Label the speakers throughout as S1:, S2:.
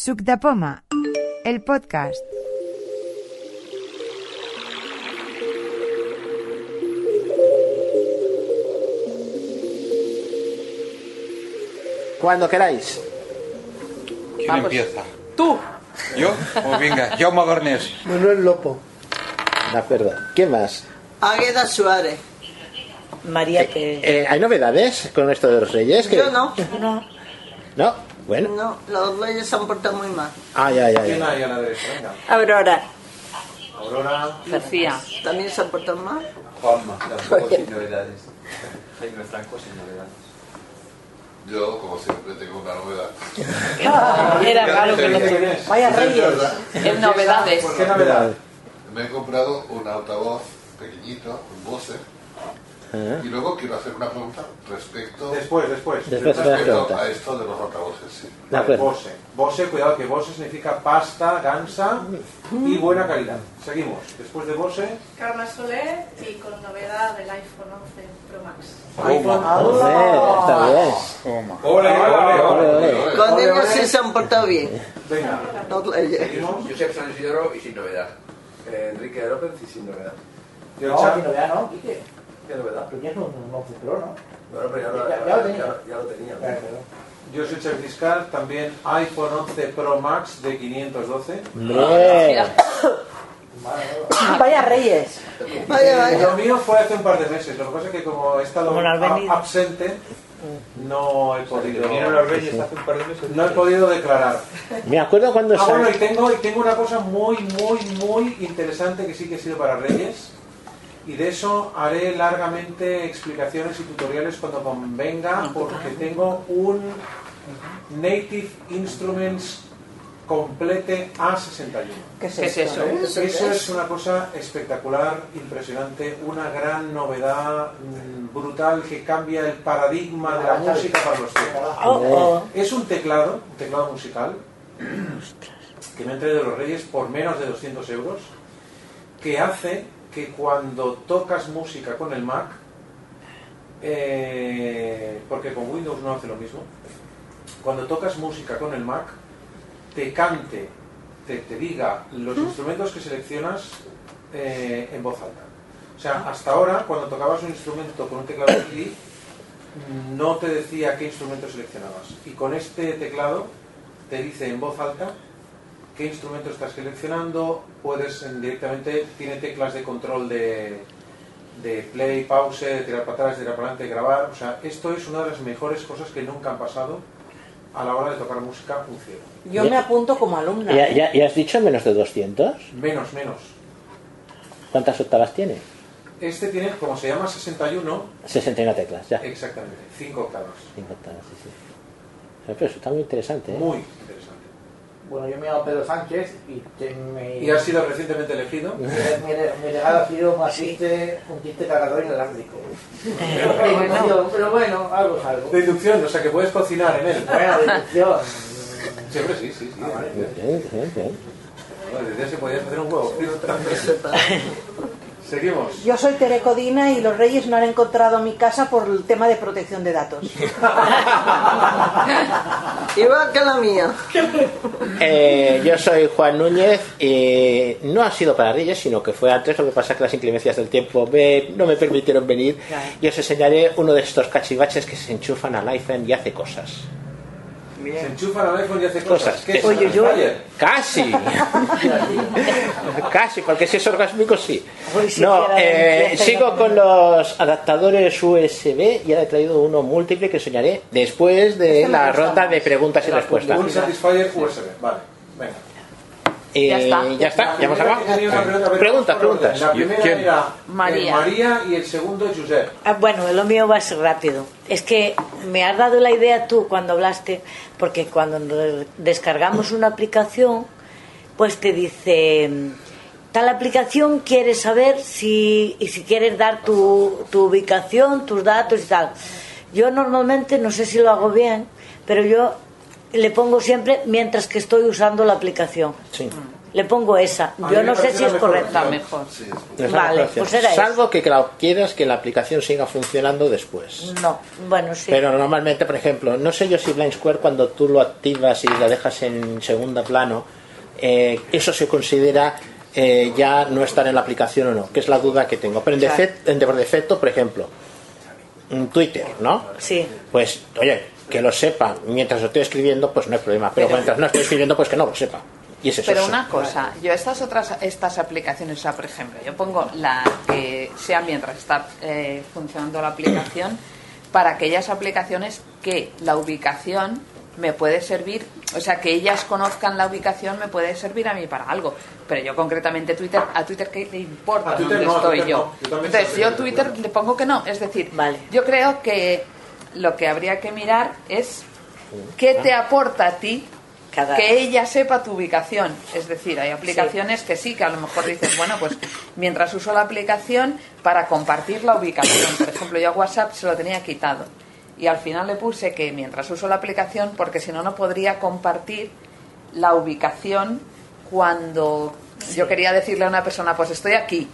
S1: Suc de Poma, el podcast.
S2: Cuando queráis.
S3: ¿Quién
S2: Vamos.
S3: empieza?
S2: Tú.
S3: ¿Yo? Pues venga, yo Magornés.
S4: Manuel Lopo.
S2: De acuerdo. ¿Quién más?
S5: Águeda Suárez.
S6: María Pérez.
S2: Eh, ¿Hay novedades con esto de los Reyes? que
S5: Yo no,
S6: No,
S2: ¿No? Bueno.
S5: no, los reyes se han portado muy mal.
S2: Ah, ya, ya, ya.
S4: hay a la derecha? Venga.
S6: Aurora.
S4: Aurora.
S6: García.
S5: También se han portado mal.
S4: Juanma. Tampoco sin novedades. Jaime Franco sin novedades.
S7: Yo, como siempre, tengo una novedad.
S6: Era raro que no tuviera.
S5: Vaya reyes.
S6: Es novedades.
S4: ¿Qué novedad?
S7: Me he comprado un altavoz pequeñito, un Bose,
S2: Ah,
S7: y luego quiero hacer una pregunta respecto,
S4: Después, después. Vale,
S2: Después, después.
S7: respecto
S2: pregunta.
S7: a esto de los altavoces. sí.
S2: De acuerdo.
S4: Bose. Bose, cuidado que Bose significa pasta, gansa y buena calidad. Seguimos. Después de Bose.
S8: Carla Soler y con novedad del iPhone 11 Pro Max.
S3: Toma,
S2: Joder, está bien.
S3: toma.
S4: ¡Ole, ole,
S2: Ole, ole.
S5: Con ellos sí se han portado bien. eh,
S4: Venga.
S5: Los reyes.
S4: Seguimos.
S9: Josep San Isidoro y sin novedad. Eh, Enrique de López y sin novedad.
S4: Y el chat.
S10: novedad, ¿no? Quique,
S9: ¿Qué novedad?
S10: tenías un, un 11 Pro, ¿no?
S9: Bueno, pero ya lo,
S10: Ya- ya lo tenía.
S9: ya- ya lo tenía.
S4: Yo soy Chef Fiscal, también iPhone 11 Pro Max de 512.
S2: Hombre.
S11: Ah,
S6: Vaya Reyes.
S5: Vaya,
S4: Eh,
S5: vaya.
S4: Lo mío fue hace un par de meses, lo que pasa es que como he estado
S6: Como no has
S4: a-
S6: venido.
S4: absente, no he podido,
S2: Sí, sí.
S4: no he podido declarar.
S2: Me acuerdo cuando
S4: Ah, bueno, y
S2: salió.
S4: tengo, y tengo una cosa muy, muy, muy interesante que sí que ha sido para Reyes, y de eso haré largamente explicaciones y tutoriales cuando convenga, porque tengo un Native Instruments Complete A61.
S5: ¿Qué es ¿Eso
S6: eso?
S5: qué
S4: ¿eh? Eso es
S5: es?
S4: una cosa espectacular, impresionante, una gran novedad mm, brutal que cambia el paradigma de la música para los teclados.
S6: Oh,
S4: Es un teclado, un teclado musical, que me han traído los Reyes por menos de 200 euros, que hace que cuando tocas música con el Mac, eh, porque con Windows no hace lo mismo, cuando tocas música con el Mac, te cante, te, te diga los instrumentos que seleccionas eh, en voz alta. O sea, hasta ahora, cuando tocabas un instrumento con un teclado CD, no te decía qué instrumento seleccionabas. Y con este teclado te dice en voz alta qué instrumento estás seleccionando, puedes en- directamente, tiene teclas de control de, de play, pause, de tirar para atrás, de tirar para adelante, grabar. O sea, esto es una de las mejores cosas que nunca han pasado a la hora de tocar música un ciego.
S6: Yo me apunto como alumna.
S2: ¿Ya, ya, ya has dicho menos de 200?
S4: Menos, menos.
S2: ¿Cuántas octavas tiene?
S4: Este tiene, como se llama 61,
S2: 61 teclas, ya.
S4: exactamente, 5 octavas.
S2: Cinco octavas, sí, sí. Eh, Pero eso está muy interesante, ¿eh?
S4: Muy interesante.
S10: Bueno, yo me llamo Pedro Sánchez y te- me,
S4: Y ha sido recientemente elegido.
S10: mi, mi- mi legado ha sido más chiste, un chiste cargador inalámbrico. Pero bueno, pero bueno, algo es algo.
S4: Deducción, o sea que puedes cocinar en él.
S10: Buena deducción.
S4: Siempre sí, sí, sí.
S2: Bien, bien, bien.
S4: Bueno, desde ese podías hacer un huevo. frito.
S5: Sepa.
S4: Seguimos.
S11: Yo soy Tere Codina y los Reyes no han encontrado mi casa por el tema de protección de datos.
S5: Igual que la mía.
S2: Eh, yo soy Juan Núñez y no ha sido para Reyes, sino que fue antes. Lo que pasa es que las inclemencias del tiempo me- no me permitieron venir.
S6: Claro.
S2: Y os enseñaré uno de estos cachivaches que se enchufan al iPhone y hace cosas.
S4: Se enchufa al iPhone y hace cosas.
S2: Cosas.
S4: ¿Qué es?
S2: Oye,
S6: yo-
S4: Ayer.
S2: ¡Casi! Casi, porque si es orgásmico, sí.
S6: Uy, si
S2: No,
S6: hiciera
S2: eh,
S6: limpieza y
S2: sigo
S6: no-
S2: con los adaptadores USB y ahora he traído uno múltiple que enseñaré después de
S11: Este me
S2: la
S11: gusta
S2: ronda
S11: más.
S2: de preguntas y respuestas.
S4: Un Satisfyer USB. Vale. Venga.
S2: Eh,
S6: Ya está.
S2: ya está,
S4: La
S2: ya hemos
S4: primera
S2: acabado.
S4: que tenía una pregunta, a ver,
S2: Preguntas,
S4: por orden.
S2: preguntas.
S4: La primera
S3: ¿Quién?
S4: era eh,
S6: María.
S4: María y el segundo Josep.
S6: Ah, bueno, lo mío va a ser rápido. Es que me has dado la idea tú cuando hablaste, porque cuando re- descargamos una aplicación, pues te dice, tal aplicación quiere saber si, y si quieres dar tu, tu ubicación, tus datos y tal. Yo normalmente, no sé si lo hago bien, pero yo le pongo siempre mientras que estoy usando la aplicación.
S2: Sí.
S6: le pongo esa.
S2: A mí
S6: Yo
S2: me
S6: no sé
S2: parece
S6: si
S2: la
S6: es
S2: mejor
S6: correcta.
S2: opción.
S6: mejor.
S2: Nos da la
S6: Vale,
S2: aplicación.
S6: pues era esa.
S2: Salvo que claro, quieras que la aplicación siga funcionando después.
S6: No, bueno, sí.
S2: Pero normalmente, por ejemplo, no sé yo si Blind Square cuando tú lo activas y la dejas en segundo plano, eh, eso se considera eh, ya no estar en la aplicación o no, que es la duda que tengo. Pero en
S6: Claro.
S2: defecto, en- por defecto, por ejemplo, en Twitter, ¿no?
S6: Sí.
S2: Pues, oye, que lo sepa. Mientras lo estoy escribiendo, pues no hay problema. Pero,
S12: Pero-
S2: mientras no estoy escribiendo, pues que no lo sepa. Y es eso.
S12: Pero
S2: sí.
S12: una cosa, yo estas otras estas aplicaciones, o sea, por ejemplo, yo pongo la que sea mientras está eh, funcionando la aplicación para aquellas aplicaciones que la ubicación me puede servir, o sea, que ellas conozcan la ubicación me puede servir a mí para algo. Pero yo concretamente Twitter, a Twitter qué le importa
S8: A Twitter
S12: Ah, dónde
S8: no, a
S12: estoy
S8: Twitter
S12: yo.
S8: no. Yo también
S12: Entonces
S8: estoy
S12: yo
S8: de
S12: Twitter le pongo que no, es decir, yo creo que lo que habría que mirar es qué te
S4: Ah.
S12: aporta a ti
S6: Cada-
S12: que ella sepa tu ubicación. Es decir, hay aplicaciones que sí, que a lo mejor dices, bueno, pues mientras uso la aplicación para compartir la ubicación. Por ejemplo, yo a WhatsApp se lo tenía quitado. Y al final le puse que mientras uso la aplicación, porque si no, no podría compartir la ubicación cuando yo quería decirle a una persona, pues estoy aquí.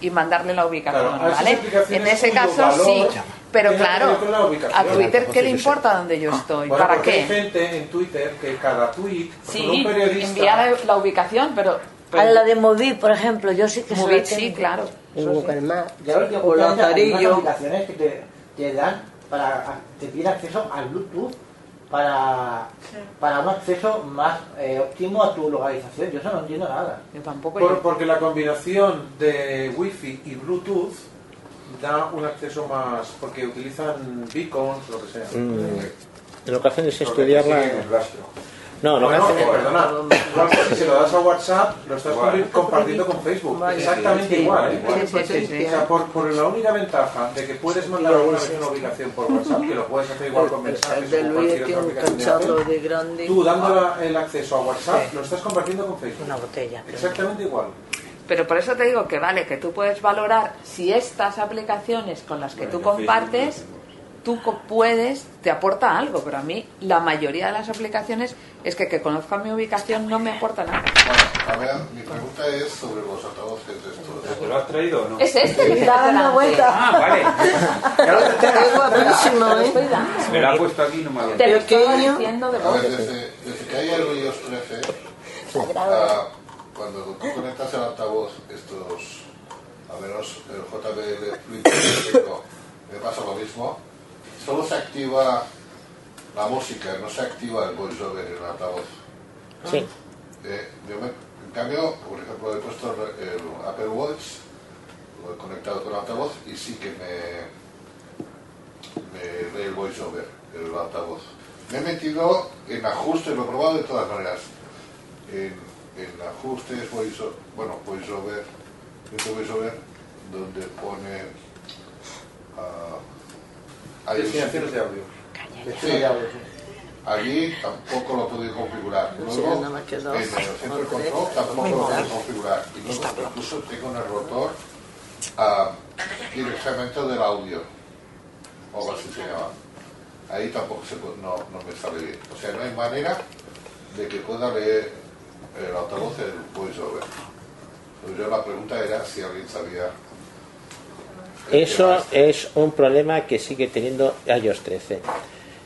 S12: Y mandarle la ubicación,
S4: Claro, a esas
S12: ¿vale?
S4: aplicaciones
S12: En ese
S4: cuyo
S12: caso
S4: valor
S12: sí, pero
S4: tiene que ver
S12: claro,
S4: con la ubicación.
S12: a Twitter
S4: Claro,
S12: qué le
S4: sí, sí.
S12: importa dónde yo estoy,
S4: Bueno, pues
S12: ¿para
S4: porque
S12: qué?
S4: Hay gente en Twitter que cada tweet, por ejemplo,
S12: Sí,
S4: un periodista.
S12: enviar la ubicación, pero...
S6: A la de Movic, por ejemplo, yo sí que se
S12: Movic,
S6: la tengo.
S12: sí, claro.
S6: En Google Maps.
S10: Ya lo que
S6: O
S10: ocurre es que hay
S6: Lazarillo.
S10: algunas aplicaciones que te, te dan para te piden acceso al Bluetooth para, para un acceso más eh, óptimo a tu localización. Yo eso no entiendo nada.
S12: Yo tampoco.
S4: Por- porque la combinación de Wi-Fi y Bluetooth da un acceso más. Porque utilizan beacons, lo que sea.
S2: Mm. Lo que hacen es estudiarla.
S4: siguen el rastro.
S2: No, lo que
S4: Bueno,
S2: hacen es-
S4: perdona. lo haces y se lo das a WhatsApp, lo estás
S2: Igual.
S4: compartiendo con Facebook.
S2: Vale,
S4: Exactamente
S2: sí,
S4: igual. ¿eh?
S2: sí,
S4: igual.
S2: sí, sí, sí. pues
S4: O sea, por, por la única ventaja de que puedes mandar alguna vez una ubicación por WhatsApp, que lo puedes hacer igual con mensajes o con cualquier otra aplicación de Apple,
S5: grande.
S4: Tú
S11: Ah,
S4: dando la- el acceso a WhatsApp lo estás compartiendo con Facebook. Una
S6: botella.
S4: Exactamente igual.
S12: Pero por eso te digo que vale, que tú puedes valorar si estas aplicaciones con las que tú compartes, tú co- puedes, te aporta algo, pero a mí la mayoría de las aplicaciones es que que conozcan mi ubicación no me aporta nada.
S7: A ver, mi pregunta es sobre los altavoces estos.
S4: ¿Te lo has traído o no?
S12: Es este que está
S11: dando
S12: delante.
S11: vuelta. Ah,
S3: Ah, vale.
S5: Es guapísimo, ¿eh?
S4: Ah,
S3: Me la ha puesto aquí y no me había
S12: Te lo estaba
S5: Pequeño.
S12: diciendo de
S7: A ver,
S12: voz.
S7: desde, desde que hay iOS 13, ah, cuando tú conectas el altavoz, estos, a menos el JBL Fluid que tengo, me pasa lo mismo, solo se activa la música, no se activa el voiceover en el altavoz.
S2: Sí.
S7: Eh, yo me, en cambio, por ejemplo, he puesto el, el Apple Watch, lo he conectado con el altavoz y sí que me, me lee el voiceover, el altavoz. Me he metido en ajustes, lo he probado de todas maneras. En, en ajustes, voiceover, bueno, voiceover, este voiceover, donde pone. ah, hay un
S4: Destinaciones de audio.
S7: Sí. Allí tampoco lo pude configurar. Luego,
S5: Sí, nada más que
S7: en
S5: dos.
S7: el centro de control tampoco lo pude configurar. Y luego incluso tengo un error ah, directamente del audio. O algo así se llama. Ahí tampoco se puede- no, no me sale bien. O sea, no hay manera de que pueda leer el altavoz el voiceover. Pues yo la pregunta era si alguien sabía.
S2: Eso es un problema que sigue teniendo iOS 13.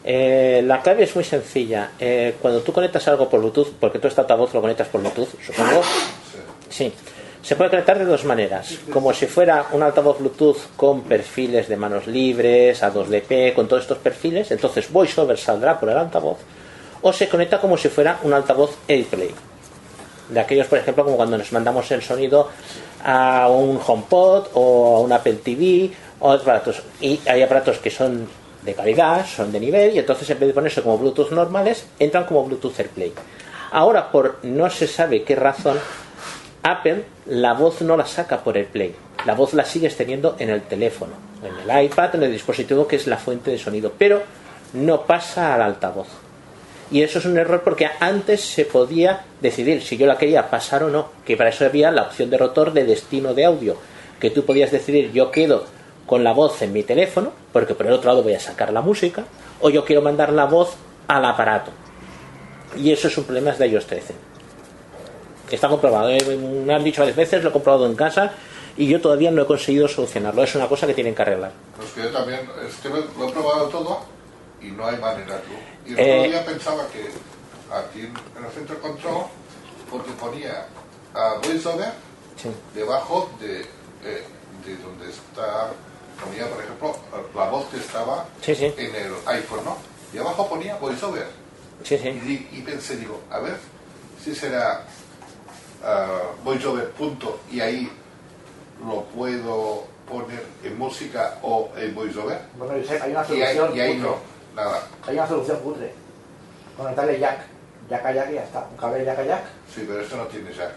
S2: Eh, la clave es muy sencilla. Eh, cuando tú conectas algo por Bluetooth, porque tú este altavoz lo conectas por Bluetooth, supongo. Sí. Se puede conectar de dos maneras. Como si fuera un altavoz Bluetooth con perfiles de manos libres, A2DP, con todos estos perfiles. Entonces VoiceOver saldrá por el altavoz. O se conecta como si fuera un altavoz AirPlay. De aquellos, por ejemplo, como cuando nos mandamos el sonido a un HomePod o a un Apple TV o aparatos. Y hay aparatos que son de calidad, son de nivel, y entonces en vez de ponerse como Bluetooth normales, entran como Bluetooth AirPlay. Ahora, por no se sabe qué razón, Apple la voz no la saca por AirPlay. La voz la sigues teniendo en el teléfono, en el iPad, en el dispositivo que es la fuente de sonido, pero no pasa al altavoz. Y eso es un error porque antes se podía decidir si yo la quería pasar o no, que para eso había la opción de rotor de destino de audio, que tú podías decidir yo quedo con la voz en mi teléfono, porque por el otro lado voy a sacar la música, o yo quiero mandar la voz al aparato. Y eso es un problema de iOS 13. Está comprobado. ¿eh? Me han dicho varias veces, lo he comprobado en casa y yo todavía no he conseguido solucionarlo. Es una cosa que tienen que arreglar.
S7: Pues que yo también, es que lo he probado todo y no hay manera tú. Y el otro
S2: Eh.
S7: día pensaba que aquí en el centro de control, porque ponía a VoiceOver
S2: Sí.
S7: debajo de, eh, de donde está, ponía por ejemplo la voz que estaba
S2: Sí, sí.
S7: en el iPhone, ¿no? Y abajo ponía VoiceOver.
S2: Sí, sí.
S7: Y, di- y pensé, digo, a ver si será ah, VoiceOver punto y ahí lo puedo poner en música o en VoiceOver.
S10: Bueno, Josep, hay una
S7: Y ahí,
S10: solución.
S7: y ahí
S10: cutre.
S7: no, nada.
S10: Hay una solución cutre. Conectarle jack. Jack a jack y ya está. Un cable jack a jack.
S7: Sí, pero esto no tiene jack.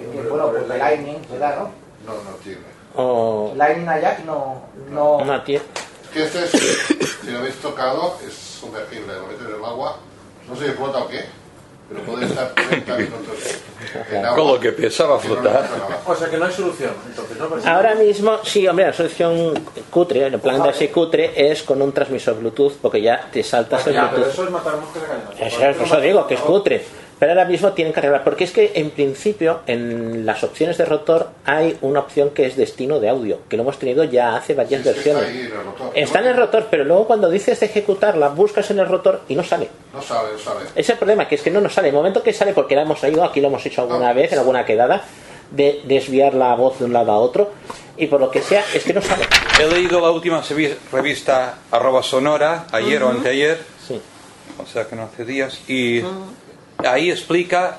S10: Eh, bueno, pues de Lightning, ¿verdad, no?
S7: No, no tiene.
S2: O
S10: Lightning a jack no... no...
S2: una tie-
S7: Que este es, si lo habéis tocado, es sumergible, lo metes en el agua, no sé si flota o qué, pero puede estar 30 minutos en agua.
S13: Con lo que pensaba
S7: que no
S13: flotar.
S7: pasa nada.
S4: O sea que no hay solución, entonces, ¿no? Pero sí.
S2: Ahora mismo, sí, hombre, la solución cutre, en plan de ese cutre, es con un transmisor Bluetooth, porque ya te saltas el
S4: Ya, pero
S2: Bluetooth.
S4: eso es matar moscas a cañonazos.
S2: Eso, es, por eso digo, que es cutre. Pero ahora mismo tienen que arreglar, porque es que en principio en las opciones de rotor hay una opción que es destino de audio, que lo hemos tenido ya hace varias
S7: Sí, es que está
S2: versiones.
S7: ahí en el rotor.
S2: Está en el rotor, pero luego cuando dices de ejecutarla, buscas en el rotor y no sale.
S7: No sabe, no sabe.
S2: Ese es el problema, que es que no nos sale. El momento que sale, porque la hemos oído, aquí lo hemos hecho
S13: Ah.
S2: alguna vez, en alguna quedada, de desviar la voz de un lado a otro, y por lo que sea, es que no sale.
S13: He leído la última sevi- revista arroba sonora, ayer o
S2: Ujú.
S13: anteayer,
S2: Sí.
S13: o sea que no hace días, y ahí explica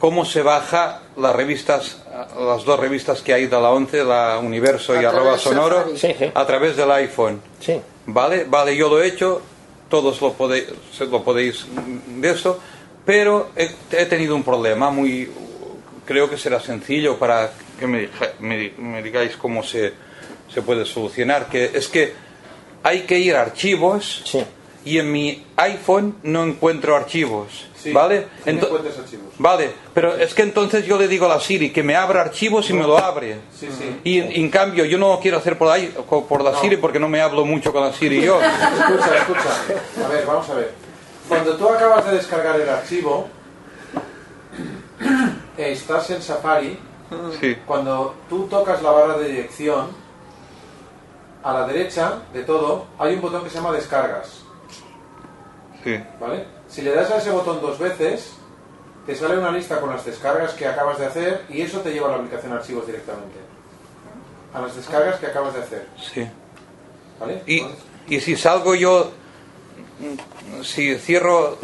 S13: cómo se baja las revistas, las dos revistas que hay de la 11, la Universo y
S2: A
S13: arroba
S2: través de
S13: sonoro,
S2: Safari. Sí, sí.
S13: a través del iPhone.
S2: Sí.
S13: Vale, vale, yo lo he hecho, todos lo podéis, se lo podéis mm, de eso, pero he, he tenido un problema muy, creo que será sencillo para que me, dija- me di- me digáis cómo se, se puede solucionar, que es que hay que ir a archivos y en mi iPhone no encuentro archivos, ¿vale?
S4: No
S13: Ento-
S4: encuentras archivos.
S13: Vale, pero es que entonces yo le digo a la Siri que me abra archivos y me lo abre.
S4: Sí, sí.
S13: Y en, en cambio, yo no lo quiero hacer por la, por la Siri porque no me hablo mucho con la Siri yo.
S4: Escucha, escucha. A ver, vamos a ver. Cuando tú acabas de descargar el archivo, eh, estás en Safari.
S13: Sí.
S4: Cuando tú tocas la barra de dirección, a la derecha de todo hay un botón que se llama descargas.
S13: Sí.
S4: ¿Vale? Si le das a ese botón dos veces, te sale una lista con las descargas que acabas de hacer y eso te lleva a la aplicación archivos directamente. A las descargas que acabas de hacer.
S13: Sí.
S4: ¿Vale?
S13: Y, y si salgo yo, si cierro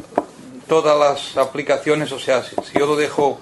S13: todas las aplicaciones, o sea, si, si yo lo dejo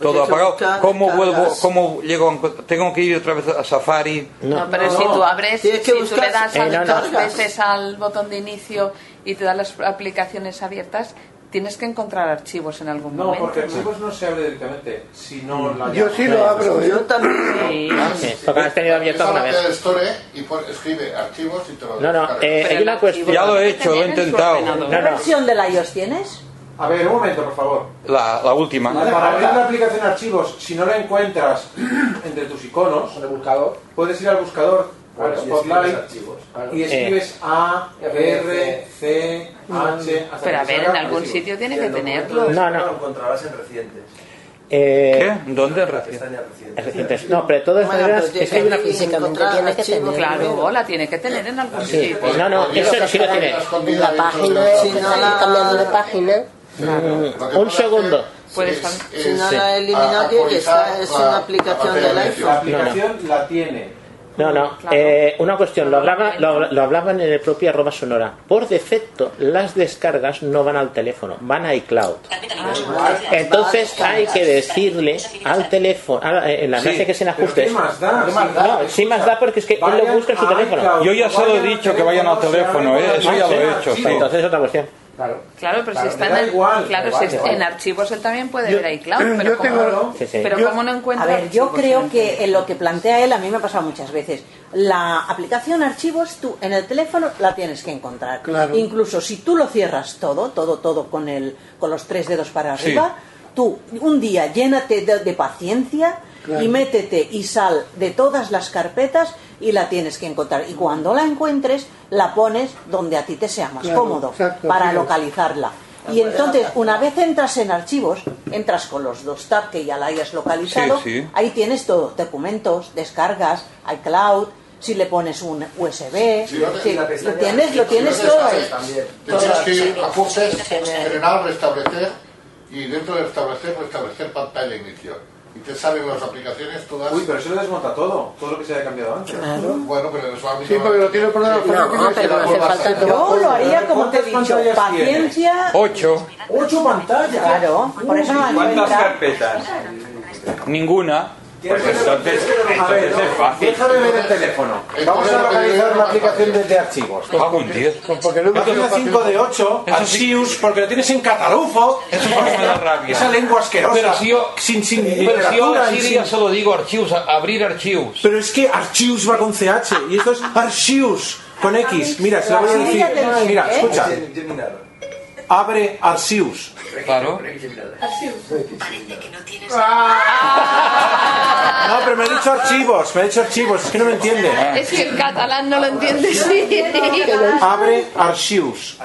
S13: todo
S12: Pues eso,
S13: apagado,
S12: buscar,
S13: ¿cómo
S12: descargas.
S13: vuelvo? ¿Cómo llego? a encont- ¿Tengo que ir otra vez a Safari?
S12: No, pero si tú abres, si
S13: Tienes que
S12: tú
S13: buscar-
S12: le das
S13: Eh,
S12: al-
S13: no, no.
S12: dos veces al botón de inicio y te da las aplicaciones abiertas, tienes que encontrar archivos en algún
S4: No,
S12: momento.
S4: porque archivos no se abre directamente, sino la
S12: Yo sí lo abro, yo
S4: también.
S2: Sí, porque lo has tenido abierto
S7: Esa
S2: alguna
S7: parte de
S2: vez.
S7: store y pon- escribe archivos y te lo
S2: No, no,
S7: descargas.
S2: eh, hay una cuestión.
S13: Ya lo he hecho, lo he intentado.
S11: ¿Qué versión del iOS tienes?
S2: Pues
S4: A ver, un momento, por favor.
S13: La, la última.
S4: Para abrir la aplicación archivos, si no la encuentras entre tus iconos, puedes ir al buscador,
S10: Claro,
S4: al
S10: y escribes
S4: Spotlight,
S10: archivos, claro.
S4: y
S2: Eh.
S4: escribes A, R, C, H... hasta
S12: Pero a
S4: que te
S12: ver,
S4: salga
S12: en algún
S4: archivos.
S12: sitio tiene que tenerlo.
S2: documento de No, no.
S9: Lo encontrarás en recientes.
S2: Eh,
S13: ¿Dónde
S9: Pestaña recientes.
S2: recientes. No, pero de todas
S12: Bueno,
S2: maneras,
S12: pero tiene
S2: es que hay
S12: que
S2: una
S12: físicamente tiene que tener. Claro, o la tiene que tener en algún
S2: Sí,
S12: sitio.
S2: no, no, eso sí lo tiene.
S5: La página, si no la cambiando de página.
S2: Mm, Un segundo.
S5: Puedes
S2: Sí,
S5: cam-
S2: es-
S5: si no
S2: sí.
S5: la he eliminado, yo ya está, es una aplicación del
S4: La
S5: iPhone.
S4: aplicación la tiene.
S2: No, no. eh, una cuestión, lo, hablaba, lo, lo hablaban en el propio arroba sonora. Por defecto, las descargas no van al teléfono, van a iCloud.
S12: Ah,
S2: Entonces hay que decirle al teléfono, a la- en la
S13: Sí,
S2: clase que se en
S13: pero
S2: ajustes.
S13: ¿qué más da?
S2: No,
S13: ¿Qué más da?
S2: sí más da porque es que él lo
S13: Vayan
S2: busca en su
S13: a
S2: teléfono.
S13: iCloud, Yo ya se lo he vayan al dicho que vayan al teléfono, teléfono, ¿eh? se abren Eso ya lo he hecho, sí.
S2: Entonces otra cuestión.
S10: Claro.
S12: Claro, pero si
S2: Claro,
S12: está
S2: me da
S12: en,
S2: igual,
S12: claro,
S2: me vale,
S12: si
S2: me
S12: está
S2: vale.
S12: en archivos él también puede
S2: Yo-
S12: ver iCloud, pero
S2: yo
S12: como,
S2: tengo- Sí, sí.
S12: pero
S2: Yo-
S12: como no encuentra
S11: A ver, yo
S12: archivos,
S11: creo que en lo que plantea él, a mí me ha pasado muchas veces. La aplicación archivos, tú en el teléfono la tienes que encontrar.
S5: Claro.
S11: Incluso si tú lo cierras todo, todo, todo con, el, con los tres dedos para
S5: Sí.
S11: arriba, tú un día llénate de, de paciencia
S5: Claro.
S11: y métete y sal de todas las carpetas y la tienes que encontrar. Y cuando la encuentres, la pones donde a ti te sea más
S5: Claro,
S11: cómodo
S5: exacto,
S11: para
S5: así es.
S11: localizarla. Y entonces, una vez entras en archivos, entras con los dos tabs que ya la hayas localizado,
S13: Sí, sí.
S11: ahí tienes todos documentos, descargas, iCloud, si le pones un USB,
S7: Sí, ahora-
S11: si-
S7: y la
S11: lo
S7: pestaña-
S11: tienes, lo
S7: sí,
S11: tienes
S7: sí,
S11: todo
S7: sí,
S11: ahí.
S7: también. Te
S11: Todo
S7: tienes que ir
S11: así.
S7: a ajustes, generar, restablecer y dentro de restablecer, restablecer pantalla e inicio. Y te salen las aplicaciones todas.
S4: Uy, pero eso lo desmonta todo, todo lo que se haya cambiado antes.
S7: Bueno, pero eso a mí
S4: Sí, porque lo tiene por
S7: No, no, pero hace falta que-
S11: Yo lo haría como te he
S4: ¿Cuántas
S11: dicho,
S4: pantallas tiene?
S11: paciencia.
S13: Oh, Ocho.
S4: Ocho pantallas.
S11: Claro, por eso no la
S13: ¿Cuántas
S11: encuentra.
S13: carpetas? Ninguna. Pues entonces,
S4: A ver,
S13: entonces es fácil.
S4: Deja de ver el teléfono. Vamos a localizar una aplicación desde archivos.
S12: Pues,
S13: Pago un 10.
S4: porque no una 5 de 8 archivos porque lo tienes en catalufo.
S13: Eso sí que me da rabia.
S4: Esa lengua asquerosa.
S13: Pero si yo,
S4: sin, sin
S12: pues,
S13: pero si yo
S4: literatura
S13: así
S4: y sin-
S13: ya solo digo archivos, a- abrir archivos.
S4: Pero es que archivos va con CH y esto es archivos con X. Mira, se lo voy a decir. Mira, escucha. Abre archivos.
S13: Claro.
S4: No, pero me ha dicho archivos, me ha dicho archivos, es que no me entiende.
S12: Es que el catalán no lo entiende, sí.
S4: Abre archivos.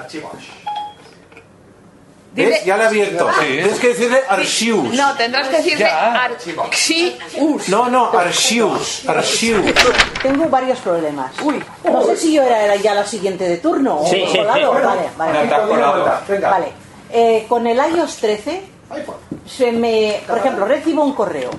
S4: ¿Ves? Ya le he abierto. Tienes que decirle archivos.
S12: No, tendrás que decirle Uh,
S4: Ya.
S12: archivos.
S4: No, no, archivos, archivos.
S11: Tengo varios problemas. No sé si yo era era ya la siguiente de turno o
S4: Sí, sí,
S11: colado.
S4: sí.
S11: Vale, vale.
S4: No, está colado. Venga.
S11: Vale. Eh, con el iOS 13 se me, por ejemplo, recibo un correo.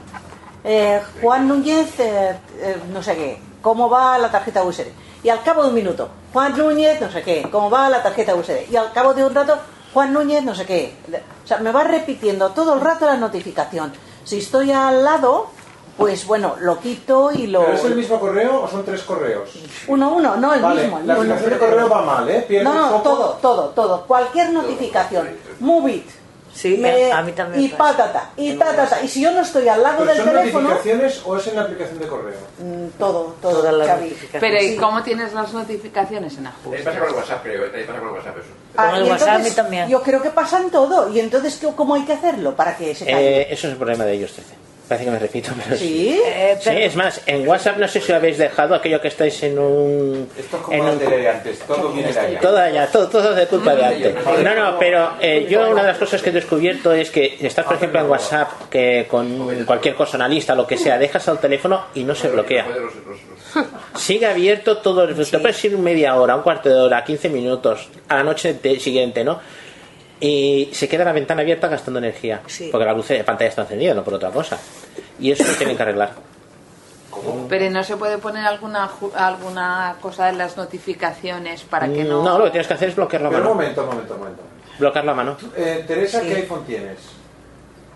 S11: Eh, Juan Núñez, eh, eh, no sé qué, ¿cómo va la tarjeta USB? Y al cabo de un minuto, Juan Núñez, no sé qué, ¿cómo va la tarjeta USB? Y al cabo de un rato, Juan Núñez, no sé qué. O sea, me va repitiendo todo el rato la notificación. Si estoy al lado, pues bueno, lo quito y lo...
S4: ¿Pero es el mismo correo o son tres correos?
S11: Uno a uno, no el
S4: vale,
S11: mismo. el
S4: la
S11: mismo.
S4: aplicación de correo va mal, ¿eh? Pierde
S11: No,
S4: un
S11: no,
S4: poco.
S11: todo, todo, todo. Cualquier notificación. Move it.
S6: Sí,
S11: Me-
S6: a mí también
S11: Y
S6: me
S11: patata, y patata. Y si yo no estoy al lado
S4: ¿Pero
S11: del
S4: son
S11: teléfono,
S4: notificaciones o es en la aplicación de correo?
S11: mm, todo, todo. Xavi.
S12: Pero ¿y
S11: Sí.
S12: cómo tienes las notificaciones en ajustes?
S9: pasa con el WhatsApp, creo. Ahí pasa con el WhatsApp eso.
S11: Ah,
S6: Con el
S11: y
S6: WhatsApp
S11: entonces,
S6: a mí también.
S11: Yo creo que pasan todo. ¿Y entonces ¿qué- cómo hay que hacerlo para que se caiga?
S2: Eh, eso es el problema de ellos, 13. Parece que me repito, pero
S11: ¿Sí? Eh,
S2: Sí, es más, en WhatsApp no sé si lo habéis dejado aquello que estáis en un.
S4: Esto es
S2: en
S4: como
S2: un-
S4: la tele de antes, todo viene de allá.
S2: Todo allá, todo, todo de culpa de antes. No, no, pero eh, yo una de las cosas que he descubierto es que estás,
S13: Ah,
S2: por ejemplo, en WhatsApp que con cualquier cosa, una lista, lo que sea, dejas al teléfono y no se bloquea. Sigue abierto todo el. Te puedes ir media hora, un cuarto de hora, 15 minutos, a la noche te- siguiente, ¿no? Y se queda la ventana abierta gastando energía. Porque la luz de pantalla está encendida, no por otra cosa. Y eso lo tienen que arreglar.
S12: Pero no se puede poner alguna ju- alguna cosa en las notificaciones para que no.
S2: Mm, lo que tienes que hacer es bloquear la
S4: Pero un
S2: mano.
S4: momento, un momento, un momento.
S2: Bloquear la mano.
S4: Eh, Teresa,
S11: Sí.
S4: ¿qué iPhone tienes?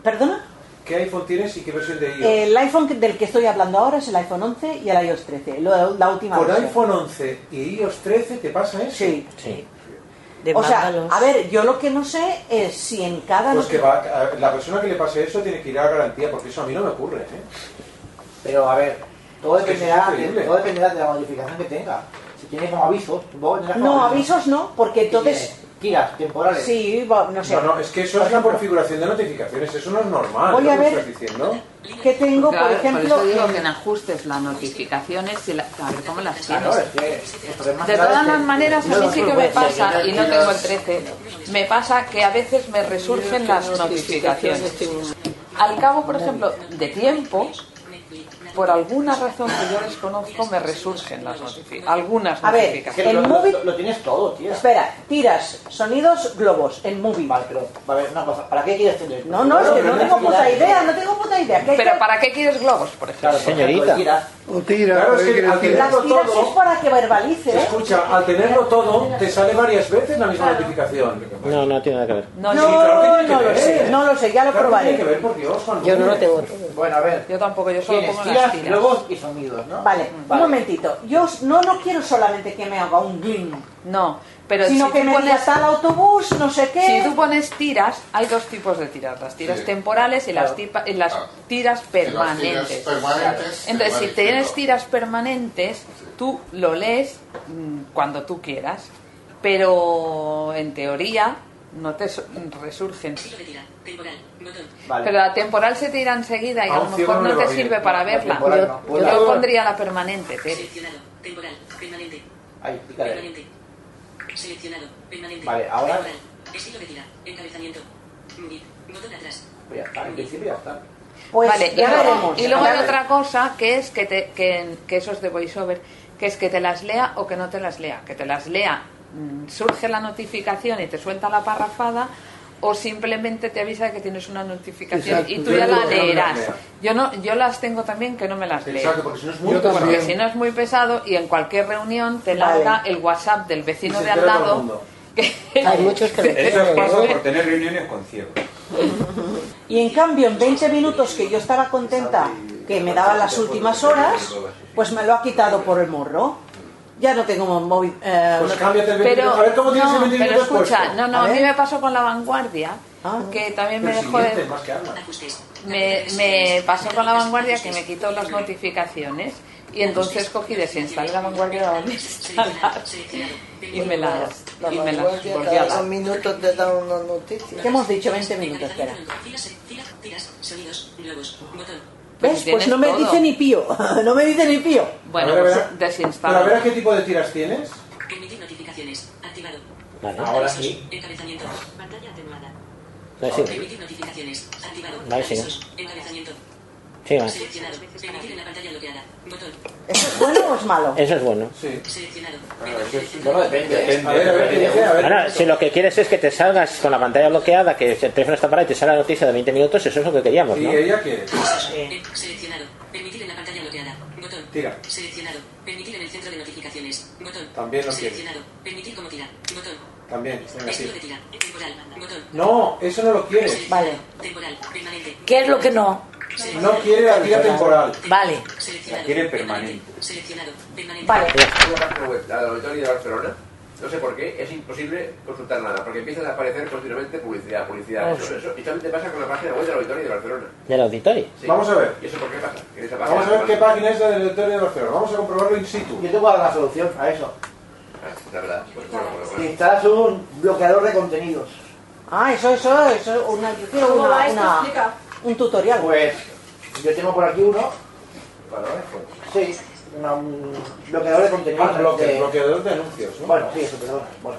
S11: ¿Perdona?
S4: ¿Qué iPhone tienes y qué versión de iOS?
S11: El iPhone que- del que estoy hablando ahora es el iPhone 11 y el iOS 13, lo- la última
S4: Con
S11: versión.
S4: iPhone 11 y iOS 13 te pasa eso.
S11: Sí.
S2: sí.
S11: O sea, a ver, yo lo que no sé es si en
S12: Ah,
S11: cada...
S4: Pues que
S11: notificación-
S4: va, a- la persona que le pase eso tiene que ir a garantía, porque eso a mí no me ocurre. ¿eh?
S10: Pero a ver, todo
S4: Es que eso es
S10: dependerá, de,
S4: increíble.
S10: todo dependerá de la modificación que tenga. Si tiene como avisos, supongo que tendrá como
S11: No, avisos no, porque entonces...
S10: Gigas temporales.
S11: Sí, va- no sé.
S4: No, no, es que eso
S11: Por
S4: es la
S12: pues,
S11: ejemplo,
S4: configuración de notificaciones, eso no es normal.
S11: Voy
S4: ¿no?
S11: a
S4: ¿Qué
S11: ver-
S4: estás
S12: eh,
S4: diciendo?
S11: que tengo,
S12: Claro,
S11: por ejemplo... eh,
S12: eso digo
S11: en-
S12: que en ajustes las notificaciones y la- a ver cómo las
S10: Claro,
S12: tienes.
S10: es que esto es más
S12: De
S10: grave
S12: todas
S10: que-
S12: las maneras, a mí sí que me pasa, y no tengo el 13, me pasa que a veces me resurgen las notificaciones. Al cabo, por ejemplo, de tiempo, por alguna razón que yo desconozco, me resurgen las notificaciones. Algunas
S11: A ver,
S12: notificaciones.
S11: el móvil-
S10: Lo tienes todo, tío.
S11: Espera, tiras sonidos globos en movie.
S10: Vale, pero, a ver, una cosa, ¿para qué quieres tener?
S11: No, no, es que no tengo puta idea, no tengo puta idea. ¿Qué hay
S12: Pero
S11: que-
S12: ¿para qué quieres globos, por ejemplo?
S10: Claro,
S2: Señorita.
S10: O tira.
S4: Claro, es que al
S11: Las
S4: tenerlo
S11: tiras es
S4: todo,
S11: para que verbalice, ¿eh?
S4: escucha, al tenerlo todo, te sale varias veces la misma notificación.
S2: No, no tiene nada que ver.
S11: No,
S4: Sí, claro que tiene
S11: no
S4: que
S11: lo
S4: ver.
S11: sé, no lo sé, ya lo
S4: Claro que
S11: probaré.
S4: tiene que ver, por Dios, Juan
S11: Yo no lo
S4: Núñez.
S11: tengo.
S10: Bueno, a ver.
S12: Yo tampoco, yo solo
S10: Tienes
S12: pongo las
S10: tiras,
S12: tiras.
S10: globos y sonidos, ¿no?
S11: Vale, un momentito. Yo s- no, no quiero solamente que me haga un gling,
S12: No, pero
S11: sino
S12: si
S11: que
S12: tú
S11: me
S12: pones-
S11: diga tal autobús, no sé qué.
S12: Si tú pones tiras, hay dos tipos de tiras, las tiras
S7: Sí.
S12: temporales y las, tipa- y las tiras permanentes.
S7: tiras permanentes,
S12: Entonces, si
S7: permanentes,
S12: tienes
S7: no.
S12: tiras permanentes, tú lo lees mm, cuando tú quieras, pero en teoría no te su- resurgen.
S10: Vale.
S12: Pero la temporal se tira enseguida y a,
S10: A
S12: lo
S10: un ciego
S12: mejor
S10: no
S12: no
S10: le
S12: te
S10: va bien.
S12: sirve para
S10: La
S12: verla.
S10: temporal no.
S12: Yo,
S10: Pues la-
S12: yo pondría la permanente. Tere.
S14: Temporal, permanente,
S10: Ahí, pícale.
S14: permanente. Seleccionado, permanente.
S10: Vale, ahora-
S14: Temporal, estilo de tira, encabezamiento. Move it, Botón atrás.
S4: Ya está, en principio ya está.
S11: Pues
S12: vale, y
S11: ya
S12: luego-
S11: veremos.
S12: y luego hay
S11: Vale.
S12: otra cosa que es que, te, que, que eso es de voiceover, que es que te las lea o que no te las lea. Que te las lea, mm, surge la notificación y te suelta la parrafada o simplemente te avisa que tienes una notificación
S4: Exacto,
S12: y tú
S4: yo
S12: ya
S4: digo
S12: la
S4: que no me las
S12: leerás.
S4: lea.
S12: Yo no, yo las tengo también que no me las leo.
S4: Exacto, porque si no es muy
S12: Yo
S4: pesado.
S12: porque si no es muy pesado y en cualquier reunión te
S4: Vale.
S12: larga el WhatsApp del vecino
S4: Y se
S12: de al
S4: entera todo el
S12: lado.
S4: mundo.
S11: Hay muchos que lo
S3: Eso
S11: tienen.
S3: pasa por tener reuniones con ciegos.
S4: Pues
S11: Y en cambio, en 20 minutos que yo estaba contenta, que me daban las últimas horas, pues me lo ha quitado por el morro. Ya no tengo móvil. eh,
S4: Pues
S11: no-
S4: cámbiate el 20
S12: Pero,
S4: minutos. A ver cómo tienes el
S12: no,
S4: 20
S12: pero
S4: minutos
S12: escucha,
S4: puesto.
S12: no, no,
S4: A
S12: a, mí
S4: ver. Ah,
S12: me pasó con la vanguardia, que también me
S4: Pero
S12: dejó de-
S4: siguiente, más que habla.
S12: me, me pasó con la vanguardia que me quitó las notificaciones y entonces cogí desinstalé la vanguardia y la volví a instalar. y me las,
S5: La
S12: y me las
S5: vanguardia
S12: volví a
S5: cada
S12: dar.
S5: dos minutos te da una noticia.
S11: ¿Qué hemos dicho? 20 minutos, espera.
S14: Filas, filas, tiras, sonidos, nuevos, botón.
S11: ¿Ves? Pues
S12: tienes
S11: no me
S12: todo.
S11: dice ni pío. No me dice ni pío.
S12: Bueno,
S4: A ver, a
S12: pues
S4: ver. Pero a
S12: desinstalo.
S4: ver a qué tipo de tiras tienes.
S14: Permitir notificaciones, activado.
S2: Vale.
S4: Ahora sí.
S14: Encabezamiento, pantalla atenuada.
S2: No, Pues sí.
S14: Permitir notificaciones, activado.
S2: Vale, sí. Ah.
S14: Avisos, Encabezamiento,
S2: Sí, va.
S14: seleccionado. Permitir en la pantalla bloqueada, botón.
S11: ¿Eso es bueno o es malo?
S2: Eso es bueno.
S14: Seleccionado.
S15: Ah,
S9: Bueno, depende.
S4: A ver, a ver, ¿qué dice? A ver.
S2: Ahora, si lo que quieres es que te salgas con la pantalla bloqueada, que el teléfono está parado y te salga la noticia de 20 minutos, eso es lo que queríamos,
S4: Y
S2: ¿no?
S4: ella quiere.
S14: Eh, Seleccionado. Permitir en la pantalla bloqueada. Botón.
S4: Tira.
S14: Seleccionado. Permitir en el centro de notificaciones. Botón.
S4: También lo quiere.
S14: Seleccionado. Permitir como tira. Botón.
S4: También. Venga,
S14: Estilo
S4: sí.
S14: de tira. Temporal. Botón.
S4: No, eso no lo quieres.
S6: Vale.
S14: Temporal. Permanente.
S6: ¿Qué es lo que no?
S4: No quiere la tira temporal.
S6: Vale.
S14: Seleccionado.
S9: quiere permanente.
S14: Seleccionado. Permanente.
S6: Vale.
S9: Una página web, la de la Auditoría de Barcelona, no sé por qué, es imposible consultar nada, porque empiezan a aparecer continuamente publicidad, publicidad, eso, eso. Y también te pasa con la página web de la Auditoría de Barcelona.
S2: Del auditorio.
S9: Sí.
S4: Vamos a ver.
S9: ¿Y eso por qué pasa? En esa página
S4: Vamos a ver
S9: no
S4: qué
S9: pasa.
S4: página es la del lector de Barcelona. Vamos a comprobarlo in situ.
S10: Yo tengo la solución a eso.
S9: La verdad. Pues, bueno, bueno, bueno.
S10: Te instalas un bloqueador de contenidos.
S11: Ah, eso, eso, eso. es Una, yo quiero
S8: ¿Cómo
S11: una-
S8: va esto?
S11: una-
S8: Explica.
S11: un tutorial.
S10: Pues yo tengo por aquí uno.
S9: Para abajo.
S10: Sí, una- un bloqueador de contenidos.
S4: Ah, bloque,
S10: de-
S4: bloqueador de anuncios, ¿no?
S10: Bueno, sí, eso, perdona. Bueno.